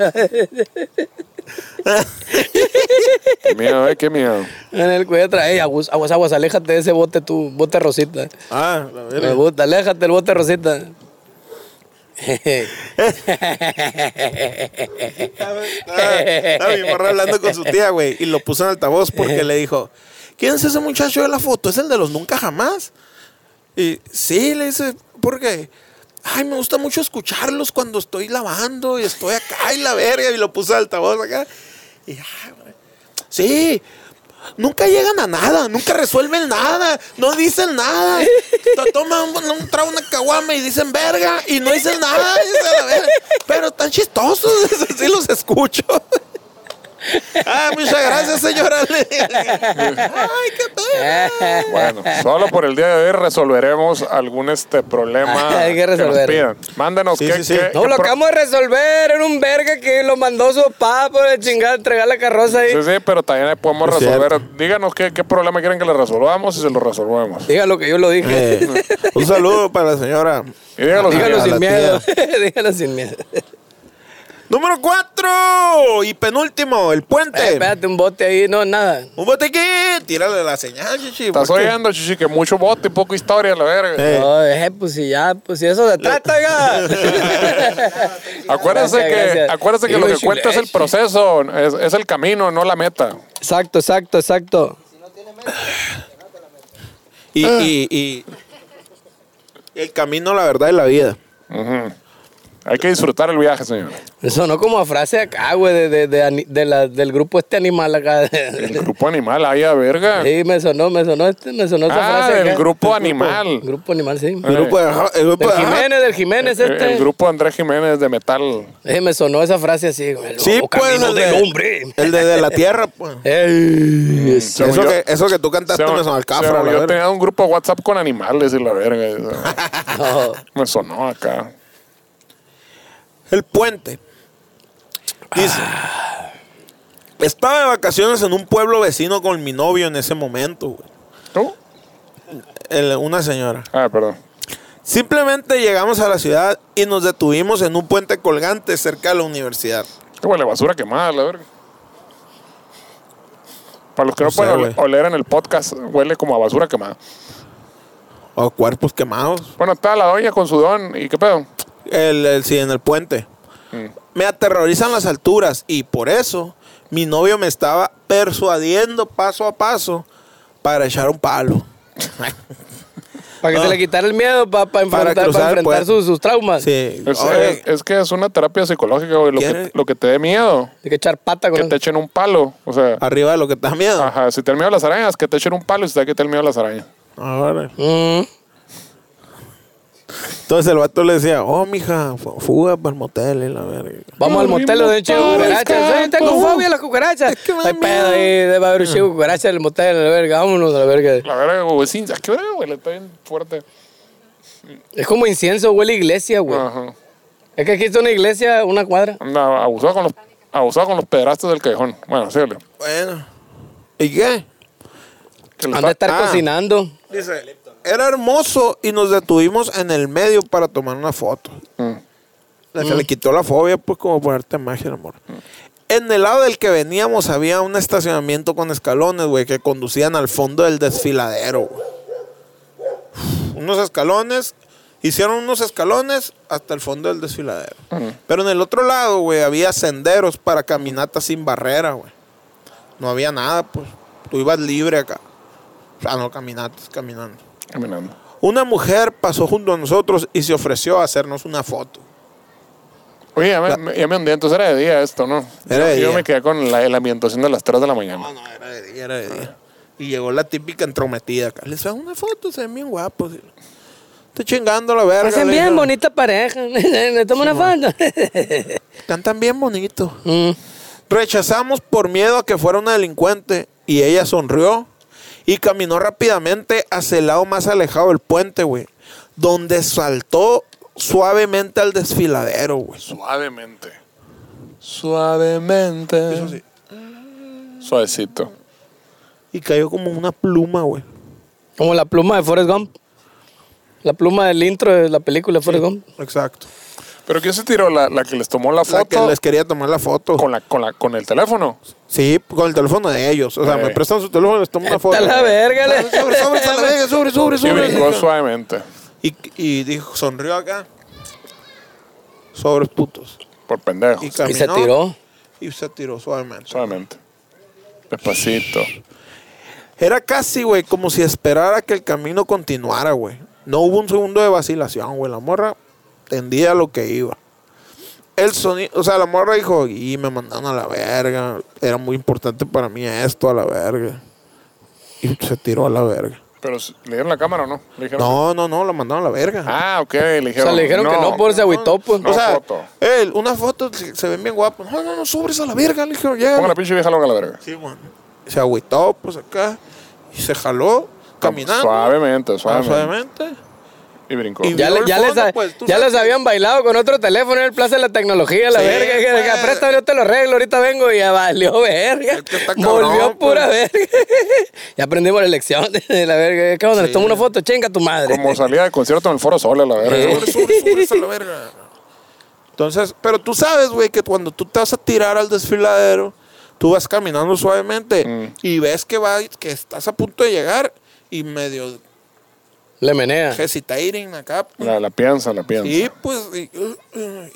Speaker 1: Qué miedo, eh, qué miedo.
Speaker 2: En el cuello atrás. Ey, aguas, aguas, aguas, aléjate de ese bote tú, bote rosita.
Speaker 3: Ah, la
Speaker 2: Me
Speaker 3: verga.
Speaker 2: gusta, aléjate del bote rosita.
Speaker 1: Este
Speaker 3: Estaba mi morra Ah, hablando con su tía, güey. Y lo puso en altavoz porque le dijo: ¿Quién es ese muchacho de la foto? ¿Es el de los nunca jamás? Y sí, le dice, porque ay, me gusta mucho escucharlos cuando estoy lavando y estoy acá y la verga. Y lo puse al altavoz acá. Y "Ah, güey, sí. Nunca llegan a nada, nunca resuelven nada, no dicen nada. To- Toman un, un trago, una caguama y dicen verga y no dicen nada. dice la verga. Pero tan chistosos, sí los escucho. Ah, muchas gracias, señora. Ay, qué pedo.
Speaker 1: Bueno, solo por el día de hoy resolveremos algún este problema
Speaker 2: Hay que
Speaker 1: nos
Speaker 2: resolver.
Speaker 1: pidan. Mándenos
Speaker 3: Sí,
Speaker 1: qué,
Speaker 3: sí, sí.
Speaker 1: qué-
Speaker 2: No,
Speaker 1: qué
Speaker 2: lo
Speaker 1: pro-
Speaker 2: acabamos de resolver. Era un verga que lo mandó su papá pues, por el chingado entregar la carroza ahí.
Speaker 1: Sí, sí, pero también podemos
Speaker 3: Es
Speaker 1: resolver. Díganos qué, qué problema quieren que le resolvamos y se lo resolvemos.
Speaker 2: Dígalo que yo lo dije.
Speaker 3: Eh, un saludo para la señora.
Speaker 1: Y díganos
Speaker 2: Dígalo
Speaker 3: a
Speaker 2: sin
Speaker 3: la
Speaker 2: miedo. Dígalo sin miedo.
Speaker 3: Número 4 y penúltimo, el
Speaker 2: Eh,
Speaker 3: puente.
Speaker 2: espérate, un bote ahí, no, nada.
Speaker 3: un botequín. Tírale la señal, chichi.
Speaker 1: Estás
Speaker 3: ¿por qué?
Speaker 1: oyendo, chichi, que mucho bote y poco historia, la verga.
Speaker 3: Eh,
Speaker 2: No, eh, pues si ya, pues si eso se trata, oiga.
Speaker 1: Acuérdense
Speaker 2: Gracias,
Speaker 1: que,
Speaker 2: gracias.
Speaker 1: acuérdense que
Speaker 2: Digo,
Speaker 1: lo que
Speaker 2: chichi,
Speaker 1: cuenta es el
Speaker 2: eh,
Speaker 1: proceso, es, es el camino, no la meta.
Speaker 2: Exacto, exacto, exacto.
Speaker 3: y,
Speaker 1: Ah.
Speaker 3: y, y- el camino, la verdad y la vida.
Speaker 1: Ujú. Hay que disfrutar el viaje, señor.
Speaker 2: Sonó como a frase acá, güey, de, de, de ani- de la- del grupo este animal acá.
Speaker 1: El grupo animal, ahí a verga.
Speaker 2: Sí, me sonó, me sonó, este, me sonó esa
Speaker 1: Ah,
Speaker 2: frase.
Speaker 1: del
Speaker 2: acá.
Speaker 1: grupo animal.
Speaker 2: Grupo animal, sí.
Speaker 3: El grupo de, el grupo
Speaker 2: Del
Speaker 3: de-
Speaker 2: Jiménez, del Jiménez
Speaker 1: El,
Speaker 2: este.
Speaker 1: el grupo Andrés Jiménez de Metal.
Speaker 2: Sí, me sonó esa frase así, güey.
Speaker 3: Sí,
Speaker 2: "Oh,
Speaker 3: pues
Speaker 2: camino
Speaker 3: el
Speaker 2: del
Speaker 3: de,
Speaker 2: hombre.
Speaker 3: el Mm. de, de la tierra. pues.
Speaker 2: Ey, es-
Speaker 1: Eh, Según
Speaker 3: Eso
Speaker 1: yo-
Speaker 3: que, eso que tú cantaste
Speaker 1: según-
Speaker 3: me sonó al
Speaker 1: según
Speaker 3: cafra, la
Speaker 1: yo
Speaker 3: verga.
Speaker 1: tenía un grupo de WhatsApp con animales y la verga.
Speaker 2: no.
Speaker 1: Me sonó acá.
Speaker 3: El puente. Dice. Estaba de vacaciones en un pueblo vecino con mi novio en ese momento, güey.
Speaker 1: ¿Tú?
Speaker 3: El- una señora.
Speaker 1: Ah, perdón.
Speaker 3: Simplemente llegamos a la ciudad y nos detuvimos en un puente colgante cerca de la universidad.
Speaker 1: Qué huele a basura quemada, la verga. Para los que no,
Speaker 3: No sé,
Speaker 1: pueden
Speaker 3: güey.
Speaker 1: ole- oler en el podcast, huele como a basura quemada.
Speaker 3: O Oh, cuerpos quemados.
Speaker 1: Bueno, está la doña con su don. ¿Y qué pedo?
Speaker 3: El, el- sí, en el puente. Me aterrorizan las alturas y por eso mi novio me estaba persuadiendo paso a paso para echar un palo.
Speaker 2: Para que
Speaker 3: Ah.
Speaker 2: se le quitara el miedo, pa- pa enfrentar- para
Speaker 3: cruzar
Speaker 2: enfrentar,
Speaker 3: el puente.
Speaker 2: sus, sus traumas.
Speaker 3: Sí.
Speaker 1: Es,
Speaker 3: Oye,
Speaker 1: es- es que es una terapia psicológica, güey. Lo que,
Speaker 3: ¿Quieres?
Speaker 1: lo que te dé miedo,
Speaker 2: Hay que echar pata con
Speaker 1: que
Speaker 2: él.
Speaker 1: te echen un palo. O sea,
Speaker 3: Arriba de lo que te da miedo.
Speaker 1: ajá, si te da miedo a las arañas, que te echen un palo y si te da que te da miedo a las arañas.
Speaker 3: Ahora.
Speaker 2: Mm.
Speaker 3: Entonces el vato le decía, oh, mija, fu- fuga para el motel y la verga.
Speaker 2: Vamos al motel de hecho
Speaker 1: Ay,
Speaker 2: cucarachas. Yo tengo
Speaker 3: capo.
Speaker 2: fobia a las cucarachas.
Speaker 3: Es que me da
Speaker 2: Hay pedo
Speaker 3: miedo.
Speaker 2: ahí, debe haber un chico de cucarachas en el motel, a la verga. Vámonos a la verga.
Speaker 1: La verga, güey. Sí, ¿a qué verga, güey? Está bien fuerte.
Speaker 2: Es como incienso, huele a iglesia, güey.
Speaker 3: Ah.
Speaker 1: Ajá.
Speaker 2: Es que aquí está una iglesia, una cuadra.
Speaker 1: Anda, abusado con los, abusado con los pedrastos del callejón. Bueno, síguele.
Speaker 3: Bueno. ¿Y qué?
Speaker 1: Que le
Speaker 2: Han
Speaker 1: está-
Speaker 2: de estar
Speaker 3: Ah.
Speaker 2: cocinando.
Speaker 3: Dice, era hermoso y nos detuvimos en el medio para tomar una foto.
Speaker 1: Mm.
Speaker 3: Se le quitó la fobia, pues como ponerte magia, amor. En el lado del que veníamos había un estacionamiento con escalones, güey, que conducían al fondo del desfiladero. güey. Unos escalones, hicieron unos escalones hasta el fondo del desfiladero. Pero en el otro lado, güey, había senderos para caminatas sin barrera, güey. No había nada, pues. Tú ibas libre acá. Ah, no, caminatas, caminando.
Speaker 1: Caminando.
Speaker 3: Una mujer pasó junto a nosotros y se ofreció a hacernos una foto.
Speaker 1: Oye, ya me, me- ya me hundí, entonces era de día esto, ¿no?
Speaker 3: Era de
Speaker 1: yo
Speaker 3: día.
Speaker 1: me quedé con la, la ambientación de las 3 de la mañana.
Speaker 3: No, no, era de día, era de día. Y llegó la típica entrometida acá. Les hago una foto, se ven bien guapos. Estoy chingando la verga.
Speaker 2: Hacen
Speaker 3: le
Speaker 2: bien
Speaker 3: digo.
Speaker 2: bonita pareja. Le tomo una foto.
Speaker 3: Cantan bien bonito.
Speaker 2: Mm.
Speaker 3: Rechazamos por miedo a que fuera una delincuente. Y ella sonrió y caminó rápidamente hacia el lado más alejado del puente, güey. Donde saltó suavemente al desfiladero, güey.
Speaker 1: Suavemente. Suavemente. Suavecito.
Speaker 3: Y cayó como una pluma, güey.
Speaker 2: Como la pluma de Forrest Gump. La pluma del intro de la película Forrest Gump.
Speaker 3: Exacto.
Speaker 1: ¿Pero quién se tiró? ¿La, la que les tomó la
Speaker 3: La que
Speaker 1: foto?
Speaker 3: les quería tomar la foto.
Speaker 1: con, la, con, la, ¿Con el teléfono?
Speaker 3: Sí, con el teléfono de ellos. O sea,
Speaker 1: Eh.
Speaker 3: me prestan su teléfono y les tomo una foto.
Speaker 2: la verga, le-
Speaker 3: Sobre, sobre, está la verga, sobre, sobre,
Speaker 1: Y brincó
Speaker 3: sobre.
Speaker 1: suavemente.
Speaker 3: Y, y dijo, sonrió acá. Sobre putos.
Speaker 1: Por pendejo.
Speaker 3: Y,
Speaker 2: Y se
Speaker 3: caminó
Speaker 2: tiró.
Speaker 3: Y se tiró suavemente.
Speaker 1: Suavemente. Despacito.
Speaker 3: Era casi, güey, como si esperara que el camino continuara, güey. No hubo un segundo de vacilación, güey. La morra tendía lo que iba. El sonido, o sea, la morra dijo, y me mandaron a la verga. Era muy importante para mí esto, a la verga. Y se tiró a la verga.
Speaker 1: ¿Pero s- le dieron la cámara o no? Le dijeron.
Speaker 3: No, no, no, la mandaron a la verga.
Speaker 1: Ah, ok, le
Speaker 2: O
Speaker 1: dijeron.
Speaker 2: sea, le dijeron que no por ese agüitó, pues.
Speaker 1: No,
Speaker 3: o sea,
Speaker 1: foto.
Speaker 3: él, una foto, se se ven bien guapos. No, no, no, sobres a la verga, le dijeron, llega.
Speaker 1: Pongan la pinche vieja loca a la verga.
Speaker 3: Sí, güey. Se agüitó, pues acá. Y se jaló, caminando.
Speaker 1: Suavemente,
Speaker 3: Ah,
Speaker 1: suavemente.
Speaker 3: Suavemente.
Speaker 1: Y brincó.
Speaker 3: Y-
Speaker 2: Ya,
Speaker 3: vio
Speaker 2: le-
Speaker 3: el
Speaker 2: ya
Speaker 3: fondo,
Speaker 2: les,
Speaker 3: pues, tú
Speaker 2: ya
Speaker 3: sabes
Speaker 2: les habían bailado con otro teléfono en el Plaza de la Tecnología, la
Speaker 3: Sí,
Speaker 2: verga. Que,
Speaker 3: pues.
Speaker 2: que, préstame, yo te lo arreglo, ahorita vengo y ya valió verga.
Speaker 3: Es que está cabrón,
Speaker 2: Volvió
Speaker 3: pues.
Speaker 2: pura verga. ya aprendimos la lección de la verga. ¿Qué onda? Les tomo una foto, chinga tu madre.
Speaker 1: Como salía de concierto en el Foro Sol a la verga.
Speaker 2: Eh.
Speaker 3: Sobre, sobre, sobre, sobre, la verga. Entonces, pero tú sabes, güey, que cuando tú te vas a tirar al desfiladero, tú vas caminando suavemente
Speaker 1: Mm.
Speaker 3: y ves que va, que estás a punto de llegar y medio
Speaker 2: Le menea.
Speaker 3: hesitating acá.
Speaker 1: Ah. La, la piensa, la piensa.
Speaker 3: Y pues, y,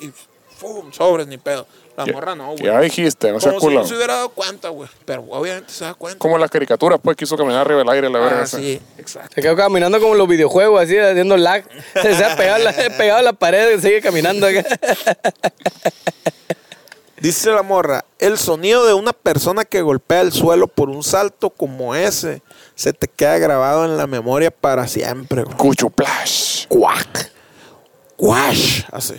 Speaker 3: y fum, sobres, ni pedo. La
Speaker 1: Ya-
Speaker 3: morra no,
Speaker 1: Ya
Speaker 3: güey.
Speaker 1: dijiste, no seas
Speaker 3: Como si
Speaker 1: culo.
Speaker 3: no se hubiera dado cuenta, güey. Pero obviamente se da cuenta.
Speaker 1: Como las caricaturas, pues, quiso caminar arriba del aire la verga.
Speaker 3: Ah,
Speaker 1: esa.
Speaker 3: sí, exacto.
Speaker 2: Se quedó caminando como en los videojuegos, así, haciendo lag. Se, se ha pegado, a la- pegado a la pared y sigue caminando acá.
Speaker 3: Dice la morra, el sonido de una persona que golpea el suelo por un salto como ese se te queda grabado en la memoria para siempre. güey.
Speaker 1: Cuchuplash.
Speaker 3: Cuac. Cuash. Así.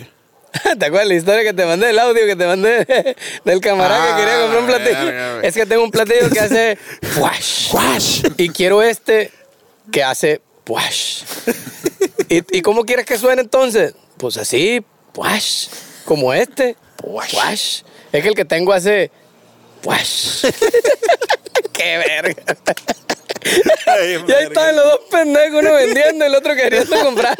Speaker 2: ¿Te acuerdas la historia que te mandé, el audio que te mandé del camarada
Speaker 3: Ah,
Speaker 2: que quería comprar un platillo?
Speaker 3: verga, verga.
Speaker 2: Es que tengo un platillo que hace puash.
Speaker 3: Cuash.
Speaker 2: Y quiero este que hace puash. ¿Y, y cómo quieres que suene entonces? Pues así, puash. Como este,
Speaker 1: Puash.
Speaker 2: puash. Es que el que tengo hace puash. ¡Qué verga! Y ahí estaban los dos pendejos, uno vendiendo y el otro queriendo comprar.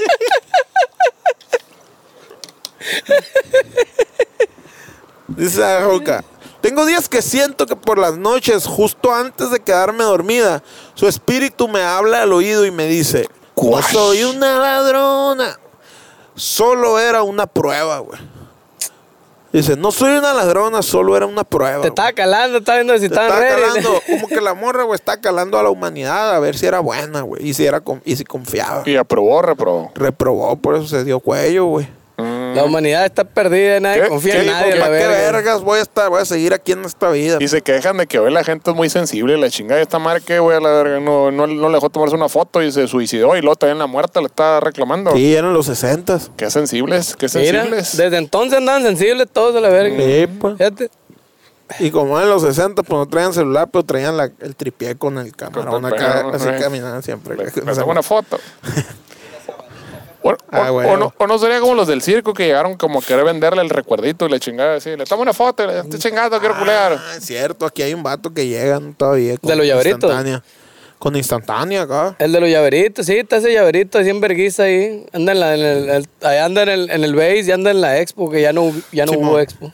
Speaker 3: Dice la Roca. Tengo días que siento que por las noches, justo antes de quedarme dormida, su espíritu me habla al oído y me dice, no
Speaker 1: Cuash.
Speaker 3: soy una ladrona. Solo era una prueba, güey. Dice, no soy una ladrona, solo era una prueba.
Speaker 2: Te
Speaker 3: güey".
Speaker 2: estaba calando, estaba viendo si
Speaker 3: Te
Speaker 2: estaban
Speaker 3: estaba
Speaker 2: ready.
Speaker 3: calando, como que la morra, güey, está calando a la humanidad a ver si era buena, güey, y si era con- y si confiaba.
Speaker 1: Y aprobó, reprobó. Mm.
Speaker 3: Reprobó, por eso se dio cuello, güey.
Speaker 2: La humanidad está perdida, nadie
Speaker 1: ¿Qué?
Speaker 2: confía
Speaker 1: ¿Qué
Speaker 2: en
Speaker 1: dijo?
Speaker 2: nadie. la
Speaker 3: ¿Para qué
Speaker 2: verga.
Speaker 3: vergas voy a estar, voy a seguir aquí en esta vida?
Speaker 1: Y se quejan de que hoy la gente es muy sensible. La chingada de esta madre que, güey, a la verga, no, no, no le dejó tomarse una foto y se suicidó. Y luego también la muerte le está reclamando.
Speaker 3: Sí, eran los 60s.
Speaker 1: Qué sensibles, qué
Speaker 2: Mira,
Speaker 1: sensibles.
Speaker 2: desde entonces andan sensibles todos a la verga.
Speaker 3: Sí, pues.
Speaker 2: Fíjate.
Speaker 3: Y como en los 60, pues no traían celular, pero traían la- el tripié con el camarón
Speaker 1: Con el
Speaker 3: acá,
Speaker 1: perro,
Speaker 3: así
Speaker 1: eh.
Speaker 3: caminaban siempre.
Speaker 1: Le, le saco una foto. O, o-
Speaker 3: Ah, güey.
Speaker 1: o no, o no sería como los del circo que llegaron como a querer venderle el recuerdito y le chingada así, le tomo una foto, y le estoy chingado, quiero culear.
Speaker 3: Ah, es cierto, aquí hay un vato que llega ¿no? todavía con
Speaker 2: ¿De los llaveritos?
Speaker 3: instantánea. Con instantánea acá.
Speaker 2: El de los llaveritos, sí, está ese llaverito así en verguiza ahí. Anda en, la- en el, el- ahí anda en el, en el base y anda en la expo, que ya no, hub- ya no
Speaker 3: Simón.
Speaker 2: hubo expo.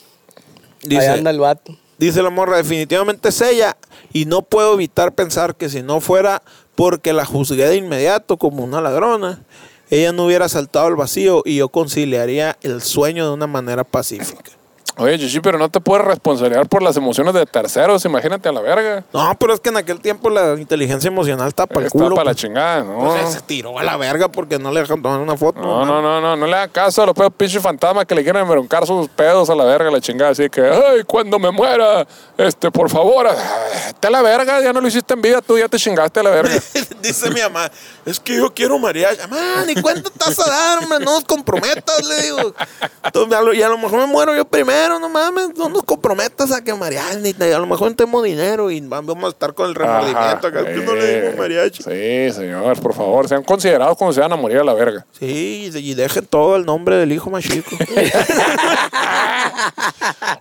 Speaker 2: ahí
Speaker 3: Dice,
Speaker 2: anda el vato.
Speaker 3: dice la morra, definitivamente es ella. Y no puedo evitar pensar que si no fuera porque la juzgué de inmediato como una ladrona, ella no hubiera saltado al vacío y yo conciliaría el sueño de una manera pacífica.
Speaker 1: Oye, Chichi, pero no te puedes responsabilizar por las emociones de terceros. Imagínate a la verga.
Speaker 3: No, pero es que en aquel tiempo la inteligencia emocional está para el
Speaker 1: Está
Speaker 3: culo.
Speaker 1: para la
Speaker 3: pues.
Speaker 1: chingada, ¿no?
Speaker 3: Entonces se tiró a la verga porque no le dejaron tomar una foto.
Speaker 1: No, no, no, no, no le hagan caso a los pedos pinches fantasmas que le quieren broncar sus pedos a la verga, la chingada. Así que, ay, cuando me muera, este, por favor, ah, te a la verga, ya no lo hiciste en vida, tú ya te chingaste a la verga.
Speaker 3: Dice mi mamá, es que yo quiero mariachi. Mamá, ¿ni cuánto estás a dar, hombre? No nos comprometas, le digo. Entonces, a lo- y a lo mejor me muero yo primero, no mames. No nos comprometas a que mariachi. ni te- A lo mejor no tenemos dinero y vamos a estar con el remordimiento.
Speaker 1: Ajá,
Speaker 3: acá. Yo no le
Speaker 1: eh,
Speaker 3: digo mariachi.
Speaker 1: Sí, señor, por favor, sean considerados cuando se van a morir a la verga.
Speaker 3: Sí, y dejen todo el nombre del hijo más chico.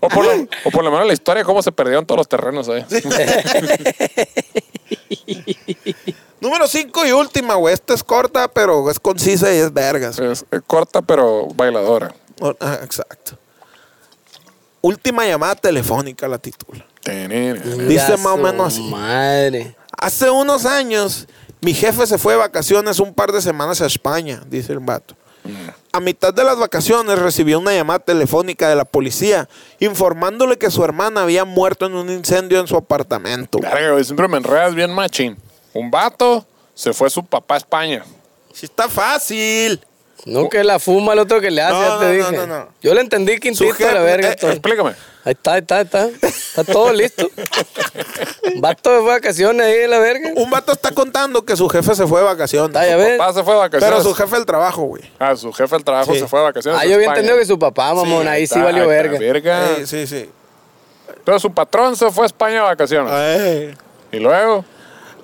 Speaker 1: O por, lo, o por lo menos la historia de cómo se perdieron todos los terrenos ¿eh? ahí.
Speaker 3: Número 5 y última, güey. Esta es corta, pero es concisa y es vergas.
Speaker 1: Es, es corta, pero bailadora.
Speaker 3: O- ah, exacto. Última llamada telefónica la titula.
Speaker 1: Tenere.
Speaker 3: Dice
Speaker 2: Ya
Speaker 3: más o
Speaker 2: su
Speaker 3: menos así.
Speaker 2: Madre.
Speaker 3: Hace unos años, mi jefe se fue de vacaciones un par de semanas a España, dice el vato. A mitad de las vacaciones recibió una llamada telefónica de la policía informándole que su hermana había muerto en un incendio en su apartamento.
Speaker 1: Verga, güey, siempre me enredas bien machín. Un vato se fue su papá a España.
Speaker 3: Sí está fácil.
Speaker 2: No que la fuma el otro que le hace,
Speaker 3: No,
Speaker 2: ya te
Speaker 3: no,
Speaker 2: dije.
Speaker 3: no, no, no.
Speaker 2: Yo le entendí quintito
Speaker 3: Sujeto,
Speaker 2: a la verga.
Speaker 3: eh,
Speaker 2: todo.
Speaker 1: Explícame.
Speaker 2: Ahí está, ahí está, ahí está. Está todo listo. Vato de vacaciones ahí la verga.
Speaker 3: Un vato está contando que su jefe se fue de vacaciones.
Speaker 2: Está, ya ves.
Speaker 1: Papá se fue de vacaciones.
Speaker 3: Pero su jefe del trabajo, güey.
Speaker 1: Ah, su jefe del trabajo
Speaker 3: Sí.
Speaker 1: se fue de vacaciones.
Speaker 2: Ah,
Speaker 1: a
Speaker 2: yo había
Speaker 1: España.
Speaker 2: entendido que su papá, mamón, ahí sí
Speaker 1: Está-
Speaker 2: valió
Speaker 1: está
Speaker 2: verga.
Speaker 1: verga.
Speaker 3: Sí, sí, sí.
Speaker 1: Entonces su patrón se fue a España de vacaciones.
Speaker 2: Ah.
Speaker 3: Ay.
Speaker 1: Y luego,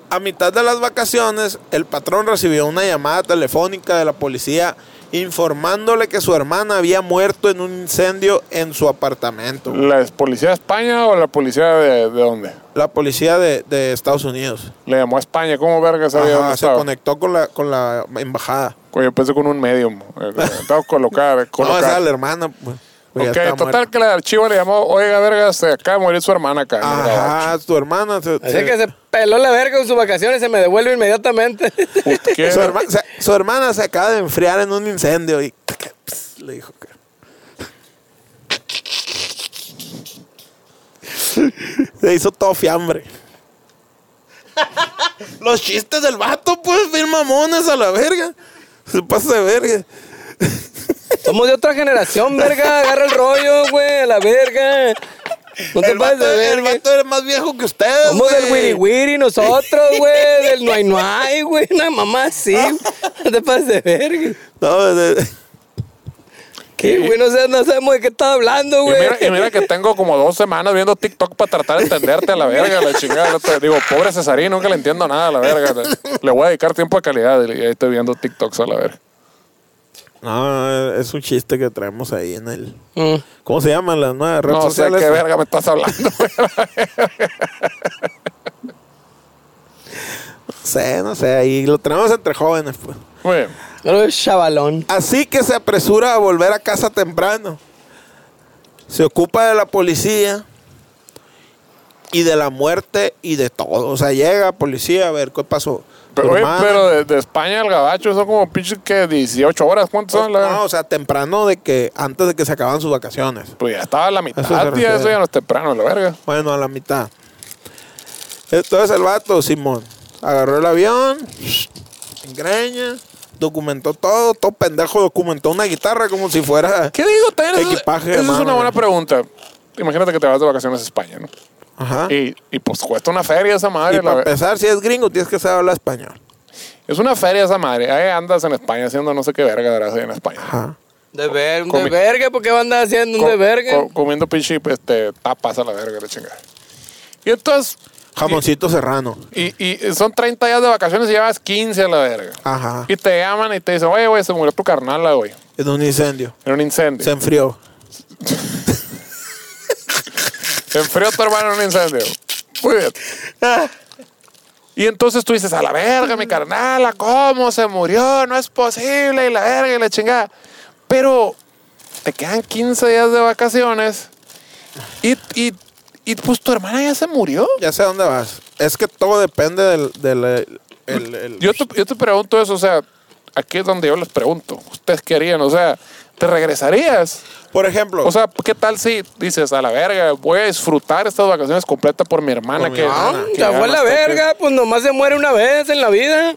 Speaker 3: A mitad de las vacaciones, el patrón recibió una llamada telefónica de la policía informándole que su hermana había muerto en un incendio en su apartamento.
Speaker 1: ¿la es- policía de España o la policía de, de dónde?
Speaker 3: La policía de, de Estados Unidos.
Speaker 1: Le llamó a España. ¿Cómo verga sabía
Speaker 3: Ajá,
Speaker 1: dónde
Speaker 3: se
Speaker 1: estaba?
Speaker 3: conectó con la, con la embajada.
Speaker 1: Oye, pensé con un medium. Eh, Estaba colocar,
Speaker 3: No, esa
Speaker 1: colocar.
Speaker 3: era la hermana. pues, pues, ya
Speaker 1: ok,
Speaker 3: estaba
Speaker 1: total
Speaker 3: muerta.
Speaker 1: que el archivo le llamó, oiga, verga, se acaba de morir su hermana acá. en el gabacho.
Speaker 3: Ajá, tu hermana. se-
Speaker 2: Así
Speaker 3: se-
Speaker 2: que se peló la verga con sus vacaciones, se me devuelve inmediatamente.
Speaker 1: ¿Usted quiere?
Speaker 3: su, herma- se- su hermana se acaba de enfriar en un incendio y pss, le dijo que. Se hizo todo fiambre. Los chistes del vato, pues, bien mamones a la verga. Se pasa de verga.
Speaker 2: Somos de otra generación, verga. Agarra el rollo, güey, a la verga. No te
Speaker 3: el,
Speaker 2: pases
Speaker 3: vato,
Speaker 2: de
Speaker 3: el
Speaker 2: verga.
Speaker 3: vato era más viejo que ustedes.
Speaker 2: Somos del wiri
Speaker 3: güey.
Speaker 2: wiri nosotros, güey. Del nuay nuay, güey. Una mamá así. güey. No te pases de verga.
Speaker 3: No, de- de-
Speaker 2: ¿Qué, güey? No, sé- no sabemos de qué estás hablando,
Speaker 1: Y
Speaker 2: güey.
Speaker 1: mira, y mira que tengo como dos semanas viendo TikTok para tratar de entenderte a la verga, la chingada. No te- digo, pobre Cesarín, nunca le entiendo nada a la verga. Le- Le voy a dedicar tiempo a calidad y ahí estoy viendo TikToks a la verga.
Speaker 3: no, es un chiste que traemos ahí en el.
Speaker 2: Mm.
Speaker 3: ¿Cómo se llaman las nuevas redes
Speaker 1: No sé
Speaker 3: sociales?
Speaker 1: qué verga me estás hablando.
Speaker 3: No sé, no sé, ahí lo tenemos entre jóvenes, pues.
Speaker 1: Muy bien.
Speaker 2: Pero es chavalón.
Speaker 3: Así que se apresura a volver a casa temprano. Se ocupa de la policía y de la muerte y de todo. O sea, llega policía a ver qué pasó.
Speaker 1: Pero,
Speaker 3: Tu
Speaker 1: oye,
Speaker 3: hermana-
Speaker 1: pero de, de España al Gabacho son como pinches que 18 horas. ¿Cuántas son? La...
Speaker 3: No, o sea, temprano de que antes de que se acaban sus vacaciones.
Speaker 1: Pues ya estaba a la mitad,
Speaker 3: Eso se
Speaker 1: tía.
Speaker 3: refiere.
Speaker 1: Eso ya no es temprano, la verga.
Speaker 3: Bueno, a la mitad. Entonces el vato, Simón, agarró el avión, engreña, documentó todo, todo pendejo, documentó una guitarra como si fuera.
Speaker 1: ¿Qué digo? También eso,
Speaker 3: Equipaje de
Speaker 1: eso es
Speaker 3: mano,
Speaker 1: una buena
Speaker 3: güey.
Speaker 1: pregunta. Imagínate que te vas de vacaciones a España, ¿no?
Speaker 3: Ajá. Y,
Speaker 1: Y, y pues cuesta una feria esa madre. la
Speaker 3: para
Speaker 1: ver-
Speaker 3: empezar, si es gringo, tienes que saber hablar español.
Speaker 1: Es una feria esa madre. Ahí andas en España haciendo no sé qué verga verás ahí en España.
Speaker 3: Ajá.
Speaker 2: De, ver, de
Speaker 1: Comi-
Speaker 2: verga, ¿por qué van a andar haciendo un
Speaker 1: Co-
Speaker 2: de verga?
Speaker 1: co- comiendo pinche este, tapas a la verga, la chingada. Y entonces,
Speaker 3: Jamoncito serrano.
Speaker 1: y, y son 30 días de vacaciones y llevas 15 a la verga.
Speaker 3: Ajá.
Speaker 1: Y te llaman y te dicen, oye, güey, se murió tu carnala, güey.
Speaker 3: En un incendio.
Speaker 1: En un incendio.
Speaker 3: Se enfrió.
Speaker 1: Se enfrió tu hermano en un incendio. Muy bien. Y entonces tú dices, a la verga, mi carnala, ¿cómo se murió? No es posible, y la verga, y la chingada. Pero te quedan 15 días de vacaciones y, y, y pues tu hermana ya se murió.
Speaker 3: Ya sé a dónde vas. Es que todo depende del. del- el- el- el-
Speaker 1: Yo te, yo te pregunto eso, o sea, aquí es donde yo les pregunto, ¿ustedes qué harían? O sea, ¿Te regresarías?
Speaker 3: Por ejemplo,
Speaker 1: O sea, ¿qué tal si dices, a la verga, voy a disfrutar estas vacaciones completas por mi hermana?
Speaker 3: Por mi
Speaker 1: que
Speaker 3: hermana.
Speaker 1: que
Speaker 2: Ya Ah, fue
Speaker 1: Ah, ganas tengo
Speaker 2: la
Speaker 1: que-
Speaker 2: verga, pues nomás se muere una vez en la vida.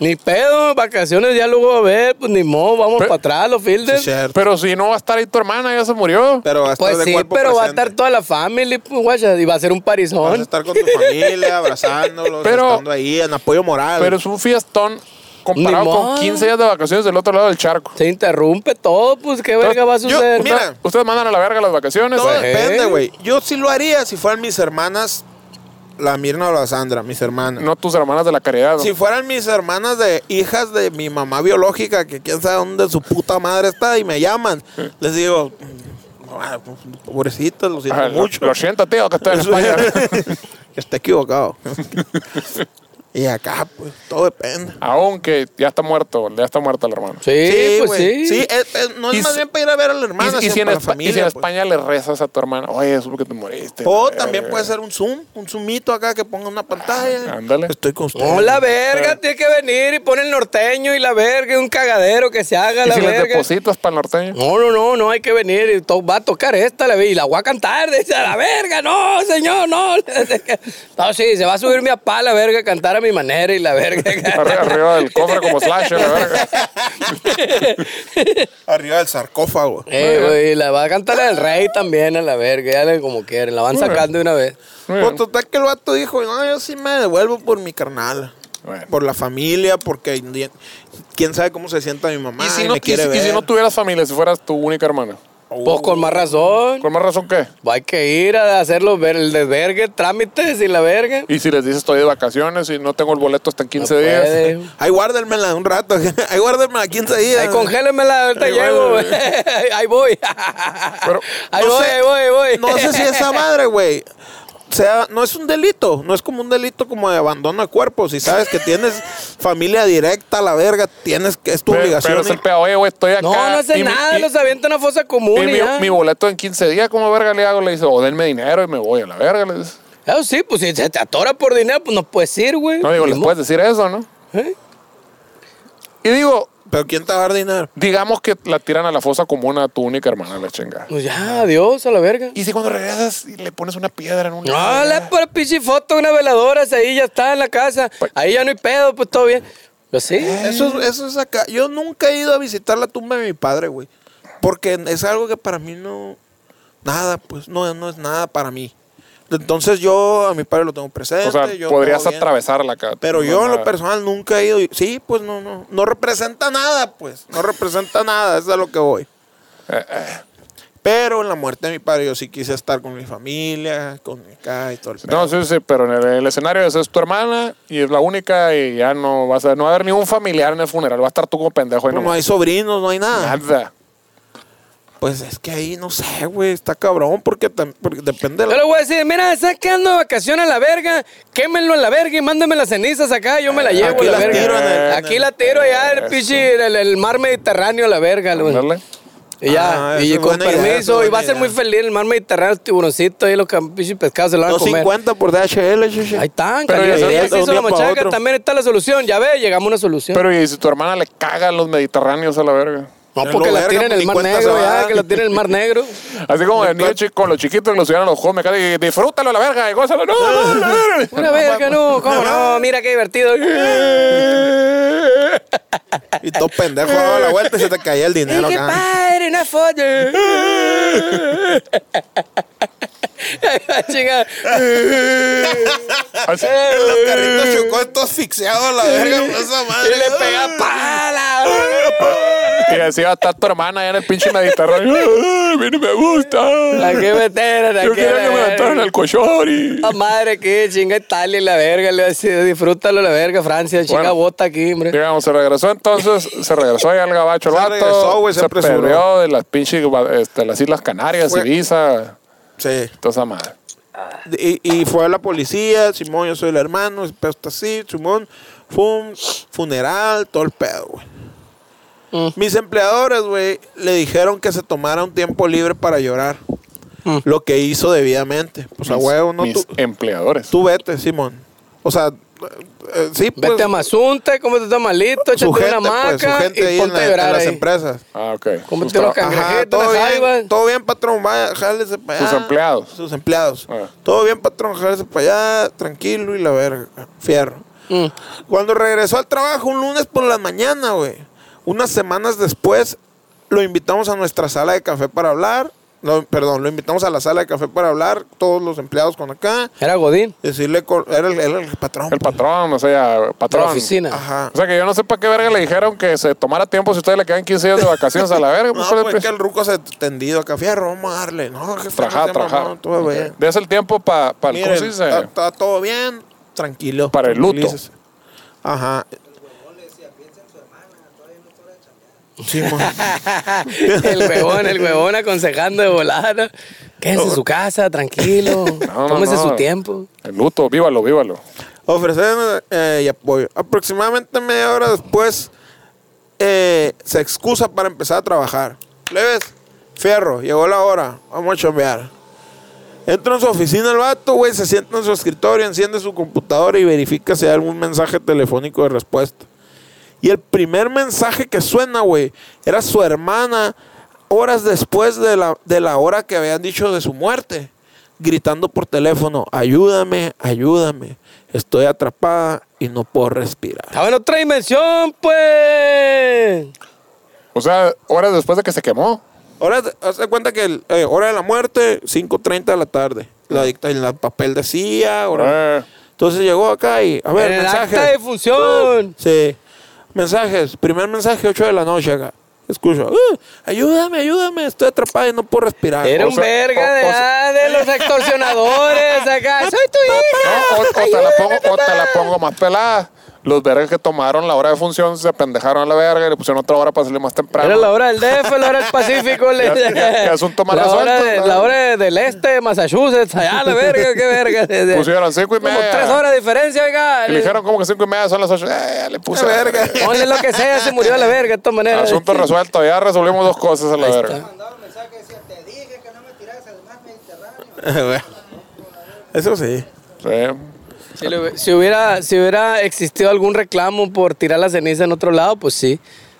Speaker 2: Ni pedo, vacaciones ya luego a ver, pues ni modo, vamos
Speaker 1: Pero-
Speaker 2: para atrás, los
Speaker 3: sí,
Speaker 2: fielders.
Speaker 3: cierto,
Speaker 1: Pero si no va a estar ahí tu hermana, ya se murió.
Speaker 3: pero va a estar
Speaker 2: pues
Speaker 3: de
Speaker 2: sí, pero
Speaker 3: cuerpo
Speaker 2: va a
Speaker 3: presente.
Speaker 2: estar toda la familia, pues guacha, y va a ser un
Speaker 3: Vas a
Speaker 2: parizón.
Speaker 3: estar con tu familia, abrazándolos,
Speaker 1: Pero-
Speaker 3: estando ahí en apoyo moral.
Speaker 1: Pero es un fiestón comparado
Speaker 2: Ni
Speaker 1: con
Speaker 2: modo.
Speaker 1: 15 días de vacaciones del otro lado del charco.
Speaker 2: Se interrumpe todo, pues qué verga va a
Speaker 3: yo-
Speaker 2: suceder.
Speaker 3: mira,
Speaker 1: Ustedes- Ustedes mandan a la verga las vacaciones.
Speaker 3: Todo
Speaker 2: Pues,
Speaker 3: depende,
Speaker 2: ¿eh?
Speaker 3: güey. Yo sí lo haría si fueran mis hermanas, la Mirna o la Sandra, mis hermanas.
Speaker 1: No tus hermanas de la caridad. ¿no?
Speaker 3: Si fueran mis hermanas de hijas de mi mamá biológica, que quién sabe dónde su puta madre está, y me llaman, les digo, "Ah, pobrecito, lo siento
Speaker 1: Ah, lo,
Speaker 3: mucho.
Speaker 1: lo siento, tío, que estoy en España.
Speaker 3: Está equivocado. y acá, pues, todo depende.
Speaker 1: Aunque ya está muerto, ya está muerta la hermana.
Speaker 2: Sí, pues
Speaker 3: güey.
Speaker 2: sí.
Speaker 3: Sí, eh, es- es- no es
Speaker 1: Y
Speaker 3: más
Speaker 1: si-
Speaker 3: bien para ir a ver a la hermana,
Speaker 1: Y, y
Speaker 3: sino
Speaker 1: si en,
Speaker 3: para la
Speaker 1: Espa- y si en
Speaker 3: familia. pues.
Speaker 1: España le rezas a tu hermana, oye, supe que te moriste.
Speaker 3: O
Speaker 1: la
Speaker 3: también
Speaker 1: verga".
Speaker 3: puede ser un Zoom, un Zoomito acá que ponga una pantalla.
Speaker 1: ándale.
Speaker 3: Estoy con usted.
Speaker 2: No, la verga, tiene que venir y pone el norteño y la verga, y un cagadero que se haga
Speaker 1: Y
Speaker 2: la
Speaker 1: si les
Speaker 2: verga.
Speaker 1: depositas para el norteño.
Speaker 2: No, no, no, no hay que venir. y to- Va a tocar esta, la vi, y la voy a cantar. Dice, a la verga, no, señor, no. No, sí, se va a subir mi apá a la verga, a cantar a mi manera y la verga.
Speaker 1: Arriba, arriba del cofre como slash, la verga.
Speaker 3: Arriba del sarcófago.
Speaker 2: Eh, güey, la va a cantar al rey también a la verga, ya le- como quieren, la van sacando de una vez.
Speaker 3: Pues total que el vato dijo, no, yo sí me devuelvo por mi carnal.
Speaker 1: Bueno.
Speaker 3: Por la familia, porque di- quién sabe cómo se sienta mi mamá.
Speaker 1: ¿Y
Speaker 3: Y
Speaker 1: si, no,
Speaker 3: me quiere
Speaker 1: y si- y
Speaker 3: ver.
Speaker 1: si no tuvieras familia, si fueras tu única hermana?
Speaker 2: Pues con más razón.
Speaker 1: ¿Con más razón qué?
Speaker 2: Hay que ir a hacerlo ver el desvergue, trámites y la verga.
Speaker 1: Y si les dices estoy de vacaciones y no tengo el boleto hasta en 15 días.
Speaker 2: Puede.
Speaker 3: Ahí guárdenmela un rato. Ahí guárdenmela 15 días.
Speaker 2: Ahí congélemela, ahorita
Speaker 1: Ahí
Speaker 2: llego,
Speaker 1: voy,
Speaker 2: güey. Ahí voy.
Speaker 1: Pero
Speaker 2: ahí
Speaker 3: no
Speaker 2: voy,
Speaker 3: sé-
Speaker 2: ahí voy, ahí voy.
Speaker 3: No sé si esa madre, güey. Sea, no es un delito, no es como un delito como de abandono de cuerpo. Si sabes que tienes familia directa a la verga, tienes que es tu
Speaker 1: Pero-
Speaker 3: obligación.
Speaker 1: Pero es el pedo, oye, güey, estoy acá.
Speaker 2: No, no
Speaker 1: y
Speaker 2: hace
Speaker 1: mi-
Speaker 2: nada,
Speaker 1: y-
Speaker 2: los avienta en una fosa
Speaker 1: y
Speaker 2: común y,
Speaker 1: mi,
Speaker 2: ya.
Speaker 1: mi boleto en 15 días, ¿cómo verga le hago? Le dice, o denme dinero y me voy a la verga. Le dice.
Speaker 2: Claro, sí, pues si se te atora por dinero, pues no puedes ir, güey.
Speaker 1: No digo, les
Speaker 2: Ni
Speaker 1: puedes decir eso, ¿no?
Speaker 2: mo- ¿Eh?
Speaker 1: Y digo,
Speaker 3: Pero ¿quién te va a dar dinero?
Speaker 1: digamos que la tiran a la fosa común a tu única hermana, la chingada.
Speaker 2: Pues ya, adiós, a la verga.
Speaker 1: Y si cuando regresas y le pones una piedra en un.
Speaker 2: No, Ah, la por pinche foto, una veladora, si ahí ya está en la casa. Ahí ya no hay pedo, pues todo bien. Pues sí.
Speaker 3: Eso, es- eso es acá. Yo nunca he ido a visitar la tumba de mi padre, güey. Porque es algo que para mí no. Nada, pues no, no es nada para mí. Entonces yo a mi padre lo tengo presente.
Speaker 1: O sea,
Speaker 3: yo
Speaker 1: podrías
Speaker 3: todo bien.
Speaker 1: atravesarla acá.
Speaker 3: Pero
Speaker 1: No,
Speaker 3: yo en
Speaker 1: nada.
Speaker 3: lo personal nunca he ido. y- Sí, pues no, no. No representa nada, pues. No representa nada. Eso es a lo que voy.
Speaker 1: Eh,
Speaker 3: Pero en la muerte de mi padre yo sí quise estar con mi familia, con mi acá y todo el pedo.
Speaker 1: No, sí, sí, pero en el, el escenario esa es tu hermana y es la única y ya no vas a, no va a haber ningún familiar en el funeral, va a estar tú como pendejo y
Speaker 3: Pues, no hay sobrinos, no hay nada.
Speaker 1: nada.
Speaker 3: Pues es que ahí no sé, güey. Está cabrón porque, tam- porque depende de
Speaker 2: Yo
Speaker 3: la
Speaker 2: le voy a decir, mira, sacando vacaciones a la verga, quémenlo a la verga y mándame las cenizas acá, yo me la llevo
Speaker 3: Aquí
Speaker 2: a la
Speaker 3: las
Speaker 2: verga.
Speaker 3: tiro en el-
Speaker 2: Aquí la tiro allá, el pinche, el, el mar Mediterráneo a la verga, güey.
Speaker 1: Ándale.
Speaker 2: Y ya,
Speaker 3: Ah, esa
Speaker 2: y
Speaker 3: es
Speaker 2: con
Speaker 3: buena idea, esa
Speaker 2: permiso,
Speaker 3: es
Speaker 2: y va a
Speaker 3: buena
Speaker 2: ser
Speaker 3: idea.
Speaker 2: muy feliz el mar Mediterráneo, los tiburoncitos y los cam- pinches pescados se lo van a
Speaker 3: Los
Speaker 2: comer.
Speaker 3: 50 por DHL, chiche.
Speaker 2: Ahí están,
Speaker 1: Pero
Speaker 2: cariño.
Speaker 1: ya
Speaker 2: Ya
Speaker 3: sabes,
Speaker 2: se
Speaker 3: de un
Speaker 2: hizo
Speaker 3: día
Speaker 2: la
Speaker 3: pa'
Speaker 2: machaca,
Speaker 3: otro.
Speaker 2: también está la solución. Ya ve, llegamos a una solución.
Speaker 1: Pero y si tu hermana le cagan los mediterráneos a la verga.
Speaker 2: no, porque
Speaker 3: Lo
Speaker 2: la
Speaker 3: verga,
Speaker 2: tienen en
Speaker 3: pues,
Speaker 2: el
Speaker 3: ni
Speaker 2: Mar
Speaker 3: cuenta se
Speaker 2: Negro,
Speaker 3: va a dar.
Speaker 2: ya, que la tienen en el Mar Negro.
Speaker 1: Así como de niño chico, con los chiquitos que los subían a los juegos mecánicos y disfrútalo a la verga y gózalo. No, no, no, no.
Speaker 2: Una vez que no, cómo no, mira qué divertido.
Speaker 3: Y todo pendejo daba la vuelta y se te caía el
Speaker 2: ¡Ay,
Speaker 3: dinero
Speaker 2: qué
Speaker 3: acá.
Speaker 2: padre! ¡Una foto! Chinga.
Speaker 1: Así-
Speaker 3: El carrito chocó, todo asfixiado a la verga. por Esa madre.
Speaker 2: Y le pega pala.
Speaker 1: y así va a estar tu hermana allá en el pinche mediterráneo. ¡Ay, mira, me gusta!
Speaker 2: La que metieron aquí.
Speaker 1: Yo
Speaker 2: a
Speaker 1: quería
Speaker 2: la
Speaker 1: que me aventaran
Speaker 2: verga.
Speaker 1: al colchón y...
Speaker 2: La madre que chinga Italia y la verga, le decía, disfrútalo la verga, Francia, chinga
Speaker 1: Bueno.
Speaker 2: bota aquí, hombre.
Speaker 1: Digamos, se regresó entonces, se regresó allá al gabacho el
Speaker 3: Se
Speaker 1: vato,
Speaker 3: regresó, güey, se
Speaker 1: se
Speaker 3: apresuró.
Speaker 1: perdió de las pinches, este, las Islas Canarias,
Speaker 3: Fue-
Speaker 1: Ibiza,
Speaker 3: Sí.
Speaker 1: toda esa madre.
Speaker 3: Y, y fue a la policía, Simón, yo soy el hermano, el pedo está así, Simón, fum, funeral, todo el pedo, güey.
Speaker 2: Mm.
Speaker 3: Mis empleadores, güey, le dijeron que se tomara un tiempo libre para llorar.
Speaker 2: Mm.
Speaker 3: Lo que hizo debidamente. Pues a
Speaker 1: Mis-
Speaker 3: huevo, no
Speaker 1: mis
Speaker 3: tú,
Speaker 1: empleadores.
Speaker 3: tú vete, Simón. O sea, eh, sí, pues,
Speaker 2: Vete a Mazunte, cómete un tamalito, échate
Speaker 3: su gente,
Speaker 2: una
Speaker 3: pues, su
Speaker 2: maca
Speaker 3: gente ahí
Speaker 2: y
Speaker 3: en,
Speaker 2: ponte
Speaker 3: la-
Speaker 2: a
Speaker 3: en
Speaker 2: llorar
Speaker 3: las
Speaker 2: ahí.
Speaker 3: empresas.
Speaker 1: Ah, ok.
Speaker 2: ¿Cómo
Speaker 1: Sus
Speaker 2: te lo
Speaker 1: traba-
Speaker 2: cambia?
Speaker 3: Ajá,
Speaker 2: Cangrejetas,
Speaker 3: todo
Speaker 2: las
Speaker 3: bien,
Speaker 2: jaivas.
Speaker 3: todo bien, patrón, vaya, jálese para allá.
Speaker 1: Sus empleados.
Speaker 3: Sus empleados.
Speaker 1: Ah.
Speaker 3: Todo bien, patrón, jálese para allá, tranquilo y la verga, fierro.
Speaker 2: Mm.
Speaker 3: Cuando regresó al trabajo un lunes por la mañana, güey, unas semanas después, lo invitamos a nuestra sala de café para hablar. No, perdón, lo invitamos a la sala de café para hablar, todos los empleados con acá.
Speaker 2: Era Godín,
Speaker 3: Decirle, co- era el, era el patrón. pues.
Speaker 1: El patrón, o sea,
Speaker 2: de la
Speaker 1: patrón.
Speaker 2: oficina.
Speaker 3: Ajá.
Speaker 1: O sea, que yo no sé para qué verga le dijeron que se tomara tiempo si ustedes le quedan 15 días de vacaciones a la verga.
Speaker 3: No,
Speaker 1: pues, ¿cuál es el
Speaker 3: pues es
Speaker 1: precio?
Speaker 3: que el ruco se tendido acá, fierro, vamos a darle. No, que
Speaker 1: Trabajar, trabajar.
Speaker 3: Todo bien.
Speaker 1: Des el tiempo para pa, ¿cómo se
Speaker 3: Miren, ah,
Speaker 1: dice?
Speaker 3: está, está todo bien, tranquilo.
Speaker 1: Para el luto.
Speaker 3: tranquilícese. Ajá. Sí, mo.
Speaker 2: el huevón, el huevón aconsejando de volada. Quédense en su casa, tranquilo.
Speaker 1: no,
Speaker 2: Tómese
Speaker 1: no.
Speaker 2: su tiempo.
Speaker 1: El luto, vívalo, vívalo.
Speaker 3: Ofrecen eh, y apoyo. Aproximadamente media hora después eh, se excusa para empezar a trabajar. Leves, fierro, llegó la hora, vamos a chambear. Entra en su oficina el vato, güey, se sienta en su escritorio, enciende su computadora y verifica si hay algún mensaje telefónico de respuesta. Y el primer mensaje que suena, güey, era su hermana horas después de la, de la hora que habían dicho de su muerte, gritando por teléfono, ayúdame, ayúdame, estoy atrapada y no puedo respirar.
Speaker 2: Estaba en Ah, otra dimensión, pues.
Speaker 1: O sea, horas después de que se quemó.
Speaker 3: Ahora, haz de cuenta que el, eh, hora de la muerte, 5.30 de la tarde.
Speaker 2: Ah.
Speaker 3: La dicta en el papel decía, hora-
Speaker 1: Eh,
Speaker 3: Entonces llegó acá y, a ver,
Speaker 2: en el
Speaker 3: mensajes. Uh,
Speaker 2: acta de función.
Speaker 3: Sí. Mensajes. Primer mensaje, 8 de la noche acá. Escucho. "Ah, ayúdame, ayúdame. Estoy atrapada y no puedo
Speaker 1: Ah,
Speaker 3: respirar.
Speaker 2: Era
Speaker 3: O
Speaker 2: un
Speaker 3: sea,
Speaker 2: verga de,
Speaker 3: o- o sea-
Speaker 2: ah, de los extorsionadores acá. Soy tu
Speaker 1: no,
Speaker 2: hija.
Speaker 1: o, o te la pongo, o te la pongo más pelada. Los vergas que tomaron la hora de función se pendejaron a la verga y le pusieron otra hora para salir más temprano.
Speaker 2: Era la hora del DF, la hora del Pacífico. le-
Speaker 1: Ya- ya- ya es un tomar
Speaker 2: la, hora
Speaker 1: resuelto,
Speaker 2: de-
Speaker 1: ¿no?
Speaker 2: la hora de- del este de Massachusetts. Allá, la verga, qué verga.
Speaker 1: Pusieron cinco y
Speaker 2: Como
Speaker 1: media.
Speaker 2: tres horas de diferencia, oiga.
Speaker 1: Y le dijeron como que cinco y media son las ocho. Eh, ya le puse
Speaker 3: verga.
Speaker 2: Ponle lo que sea, se murió a la verga, de todas maneras.
Speaker 1: Asunto resuelto, ya resolvimos dos cosas a la verga.
Speaker 5: Mandaba un mensaje que decía, te dije que no me tiras al mar Mediterráneo.
Speaker 3: Eso sí.
Speaker 1: Sí.
Speaker 2: Si, le hubie- si hubiera, si hubiera existido algún reclamo por tirar la ceniza en otro lado, pues sí.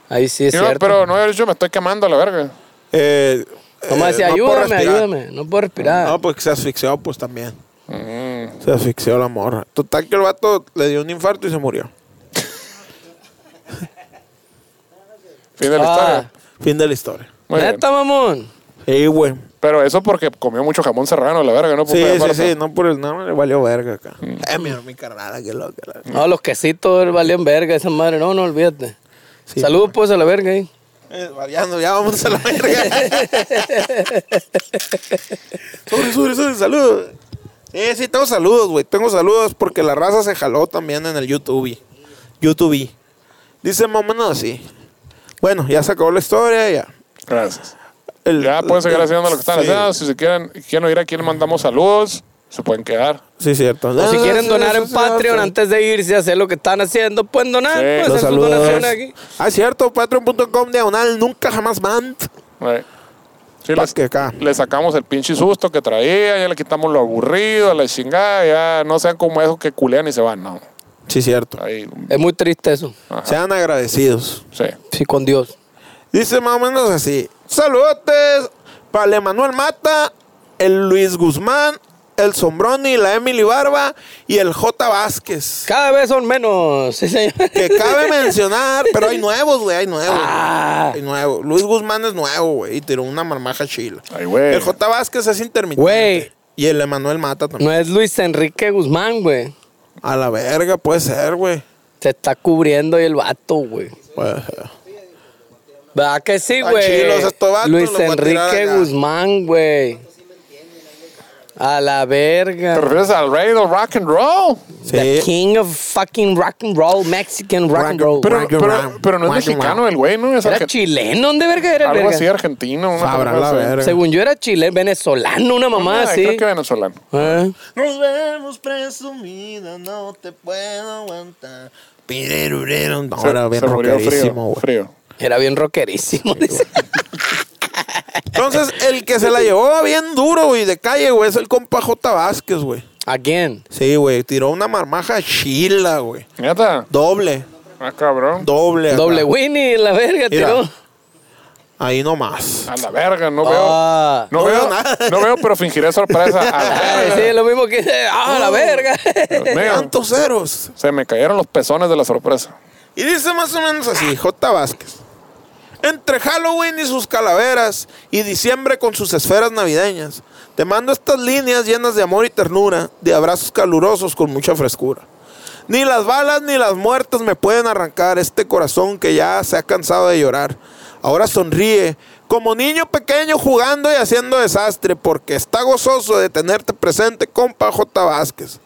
Speaker 2: Ahí sí es
Speaker 1: Y no,
Speaker 2: cierto.
Speaker 1: pero no haber dicho me estoy quemando a la verga.
Speaker 3: Eh,
Speaker 2: Nomás
Speaker 3: eh,
Speaker 2: decía,
Speaker 3: no puedo
Speaker 2: ayúdame,
Speaker 3: respirar.
Speaker 2: ayúdame. Ah. No puedo respirar.
Speaker 3: No, pues que se asfixió, pues también.
Speaker 2: Mm.
Speaker 3: Se asfixió la morra. Total que el vato le dio un infarto y se murió.
Speaker 1: Fin de la
Speaker 2: Ah.
Speaker 1: historia.
Speaker 3: Fin de la historia.
Speaker 1: Muy bien.
Speaker 2: Neta, mamón.
Speaker 3: Sí, güey.
Speaker 1: Pero eso porque comió mucho jamón serrano a la verga, ¿no? Por
Speaker 3: Sí,
Speaker 1: pegar
Speaker 3: sí,
Speaker 1: parte.
Speaker 3: sí. No por el nombre, le valió verga acá.
Speaker 1: Mm.
Speaker 3: Eh, mira, mi carnada, qué loca. la-
Speaker 2: No, los quesitos del valían verga, esa madre. No, no, olvídate.
Speaker 3: Sí.
Speaker 2: Saludos, pues, a la verga ahí.
Speaker 3: Eh, variando, ya vamos a la verga. sobre, sobre, sobre, saludos. Eh, sí, tengo saludos, güey. Tengo saludos porque la raza se jaló también en el YouTube. YouTube. Dice más o menos así. Bueno, ya se acabó la historia, ya.
Speaker 1: Gracias.
Speaker 3: El-
Speaker 1: Ya pueden seguir haciendo lo que están
Speaker 3: Sí,
Speaker 1: haciendo. Si se quieren, quieren oír a quién mandamos saludos, se pueden quedar.
Speaker 3: Sí, cierto.
Speaker 2: O si
Speaker 3: Ah,
Speaker 2: quieren
Speaker 3: sí,
Speaker 2: donar
Speaker 3: sí,
Speaker 2: en
Speaker 3: sí,
Speaker 2: Patreon
Speaker 3: sí.
Speaker 2: antes de irse a hacer lo que están haciendo, pueden donar,
Speaker 1: Sí.
Speaker 2: pues,
Speaker 3: Los
Speaker 2: hacer sus
Speaker 3: saludos.
Speaker 2: donaciones aquí.
Speaker 3: Ah, cierto, patreon.com diagonal nunca jamás man.
Speaker 1: Right. Sí,
Speaker 3: Pa'
Speaker 1: les-
Speaker 3: que acá.
Speaker 1: le sacamos el pinche susto que traía, ya le quitamos lo aburrido, la chingada, ya no sean como esos que culean y se van, no.
Speaker 3: Sí, cierto.
Speaker 1: Ahí,
Speaker 2: Es muy triste eso.
Speaker 1: Ajá.
Speaker 3: Sean agradecidos.
Speaker 1: sí.
Speaker 2: Sí, con Dios.
Speaker 3: Dice más o menos así. Saludotes para Manuel Mata, el Luis Guzmán, el Sombroni, la Emily Barba y el J. Vázquez.
Speaker 2: Cada vez son menos, sí, señor.
Speaker 3: Que cabe mencionar, pero hay nuevos, güey, hay nuevos. güey.
Speaker 2: Ah.
Speaker 3: Hay nuevos. Luis Guzmán es nuevo, güey, y tiró una marmaja chila.
Speaker 1: Ay, güey.
Speaker 3: El J. Vázquez es intermitente.
Speaker 2: Güey.
Speaker 3: Y el Emanuel Mata también.
Speaker 2: No es Luis Enrique Guzmán, güey.
Speaker 3: A la verga, puede ser, güey.
Speaker 2: Se está cubriendo ahí el vato, güey.
Speaker 3: Puede ser.
Speaker 2: ¿Verdad que sí,
Speaker 3: Están
Speaker 2: güey?
Speaker 3: chilos estos vatos,
Speaker 2: Luis
Speaker 3: los voy a tirar
Speaker 2: Enrique
Speaker 3: allá.
Speaker 2: Guzmán, güey. A la
Speaker 1: ¿Te
Speaker 2: verga.
Speaker 1: refieres al rey del rock and roll?
Speaker 2: The
Speaker 3: Sí.
Speaker 2: king of fucking rock and roll, Mexican rock and
Speaker 3: Rock-
Speaker 2: roll.
Speaker 3: pero-
Speaker 1: Pero, pero, pero no es
Speaker 3: Rock and roll.
Speaker 1: mexicano el güey, ¿no? Es
Speaker 2: Era
Speaker 1: argen-
Speaker 2: chileno, ¿dónde verga era el
Speaker 1: algo
Speaker 2: verga?
Speaker 1: así argentino. una
Speaker 3: Sabrá
Speaker 1: cosa
Speaker 3: la
Speaker 1: así.
Speaker 3: verga.
Speaker 2: Según yo era chileno, venezolano, una mamá
Speaker 1: Ah,
Speaker 2: así.
Speaker 1: Creo que venezolano.
Speaker 2: Ah.
Speaker 3: Nos vemos presumida, no te puedo aguantar. Pirerurero. No, era bien
Speaker 1: murió
Speaker 3: rockerísimo, güey.
Speaker 1: frío, frío.
Speaker 2: Era bien rockerísimo. dice.
Speaker 3: Entonces, el que se la llevó bien duro, güey, de calle, güey, es el compa J. Vázquez, güey.
Speaker 2: Again.
Speaker 3: Sí, güey. Tiró una marmaja chila, güey.
Speaker 1: Neta.
Speaker 3: Doble.
Speaker 1: Ah, cabrón.
Speaker 3: Doble. acá.
Speaker 2: Doble Winnie, la verga,
Speaker 3: Mira.
Speaker 2: tío.
Speaker 3: Ahí nomás.
Speaker 1: A la verga, no veo.
Speaker 2: Ah.
Speaker 1: No,
Speaker 3: no
Speaker 1: veo,
Speaker 3: veo nada.
Speaker 1: No veo, pero fingiré sorpresa. A la
Speaker 2: Ay,
Speaker 1: verga.
Speaker 2: sí, lo mismo que ah, la verga.
Speaker 1: Mira,
Speaker 3: ¿Cuántos ceros?
Speaker 1: se me cayeron los pezones de la sorpresa.
Speaker 3: Y dice más o menos así, J. Vázquez. Entre Halloween y sus calaveras y diciembre con sus esferas navideñas, te mando estas líneas llenas de amor y ternura, de abrazos calurosos con mucha frescura. Ni las balas ni las muertes me pueden arrancar este corazón que ya se ha cansado de llorar. Ahora sonríe, como niño pequeño jugando y haciendo desastre, porque está gozoso de tenerte presente, compa J. Vázquez.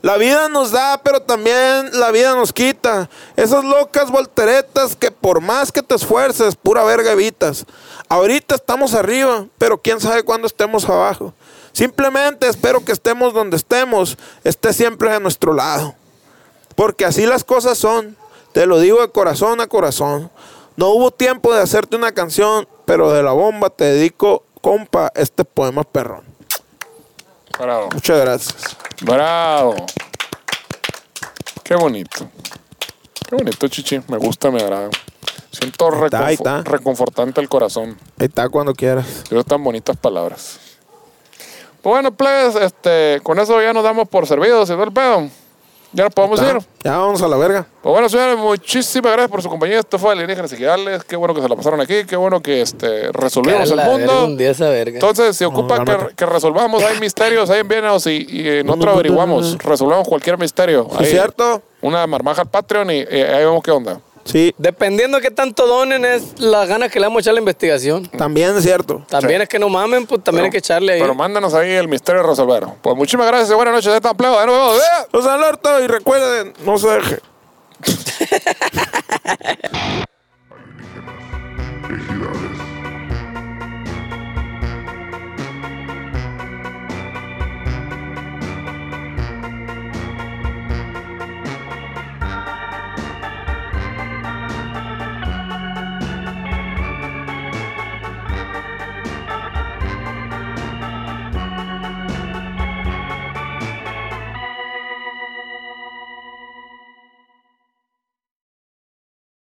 Speaker 3: La vida nos da, pero también la vida nos quita. Esas locas volteretas que por más que te esfuerces, pura verga evitas. Ahorita estamos arriba, pero quién sabe cuándo estemos abajo. Simplemente espero que estemos donde estemos, esté siempre a nuestro lado. Porque así las cosas son. Te lo digo de corazón a corazón. No hubo tiempo de hacerte una canción, pero de la bomba te dedico, compa, este poema perrón.
Speaker 1: Bravo.
Speaker 3: Muchas gracias.
Speaker 1: Bravo. Qué bonito. Qué bonito, Chichi. Me gusta, me agrada. Siento
Speaker 3: está, ahí
Speaker 1: reconfo-
Speaker 3: está.
Speaker 1: reconfortante el corazón.
Speaker 3: Ahí está cuando quieras.
Speaker 1: Pero tan bonitas palabras. Pues bueno, plebes, este, con eso ya nos damos por servidos y todo el pedo. Ya nos podemos
Speaker 3: Ta-
Speaker 1: ir.
Speaker 3: Ya vamos a la verga.
Speaker 1: Pues bueno, señores, muchísimas gracias por su compañía. Esto fue Alienígenas Ejidales. Qué bueno que se la pasaron aquí. Qué bueno que este, resolvimos
Speaker 2: La
Speaker 1: el
Speaker 2: verga, un
Speaker 1: mundo.
Speaker 2: día esa verga.
Speaker 1: Entonces, si ocupa que,
Speaker 3: realmente.
Speaker 1: que resolvamos, hay misterios, hay envíenos y, y eh, nosotros
Speaker 3: no,
Speaker 1: averiguamos,
Speaker 3: no, no.
Speaker 1: resolvamos cualquier misterio.
Speaker 3: ¿Sí ¿Es
Speaker 1: Ahí,
Speaker 3: cierto?
Speaker 1: Una marmaja al Patreon y eh, ahí vemos qué onda.
Speaker 3: Sí,
Speaker 2: Dependiendo de qué tanto donen es las ganas que le vamos a echar a la investigación.
Speaker 3: también es cierto.
Speaker 2: También es que no mamen, pues también hay que echarle ahí.
Speaker 1: Pero mándanos ahí el misterio de resolver. Pues muchísimas gracias y buenas noches. Ahí está, plebes. Ahí nos vemos. ¡Eh!
Speaker 3: Los Pues alerta y recuerden, no se deje.
Speaker 6: Ejidales.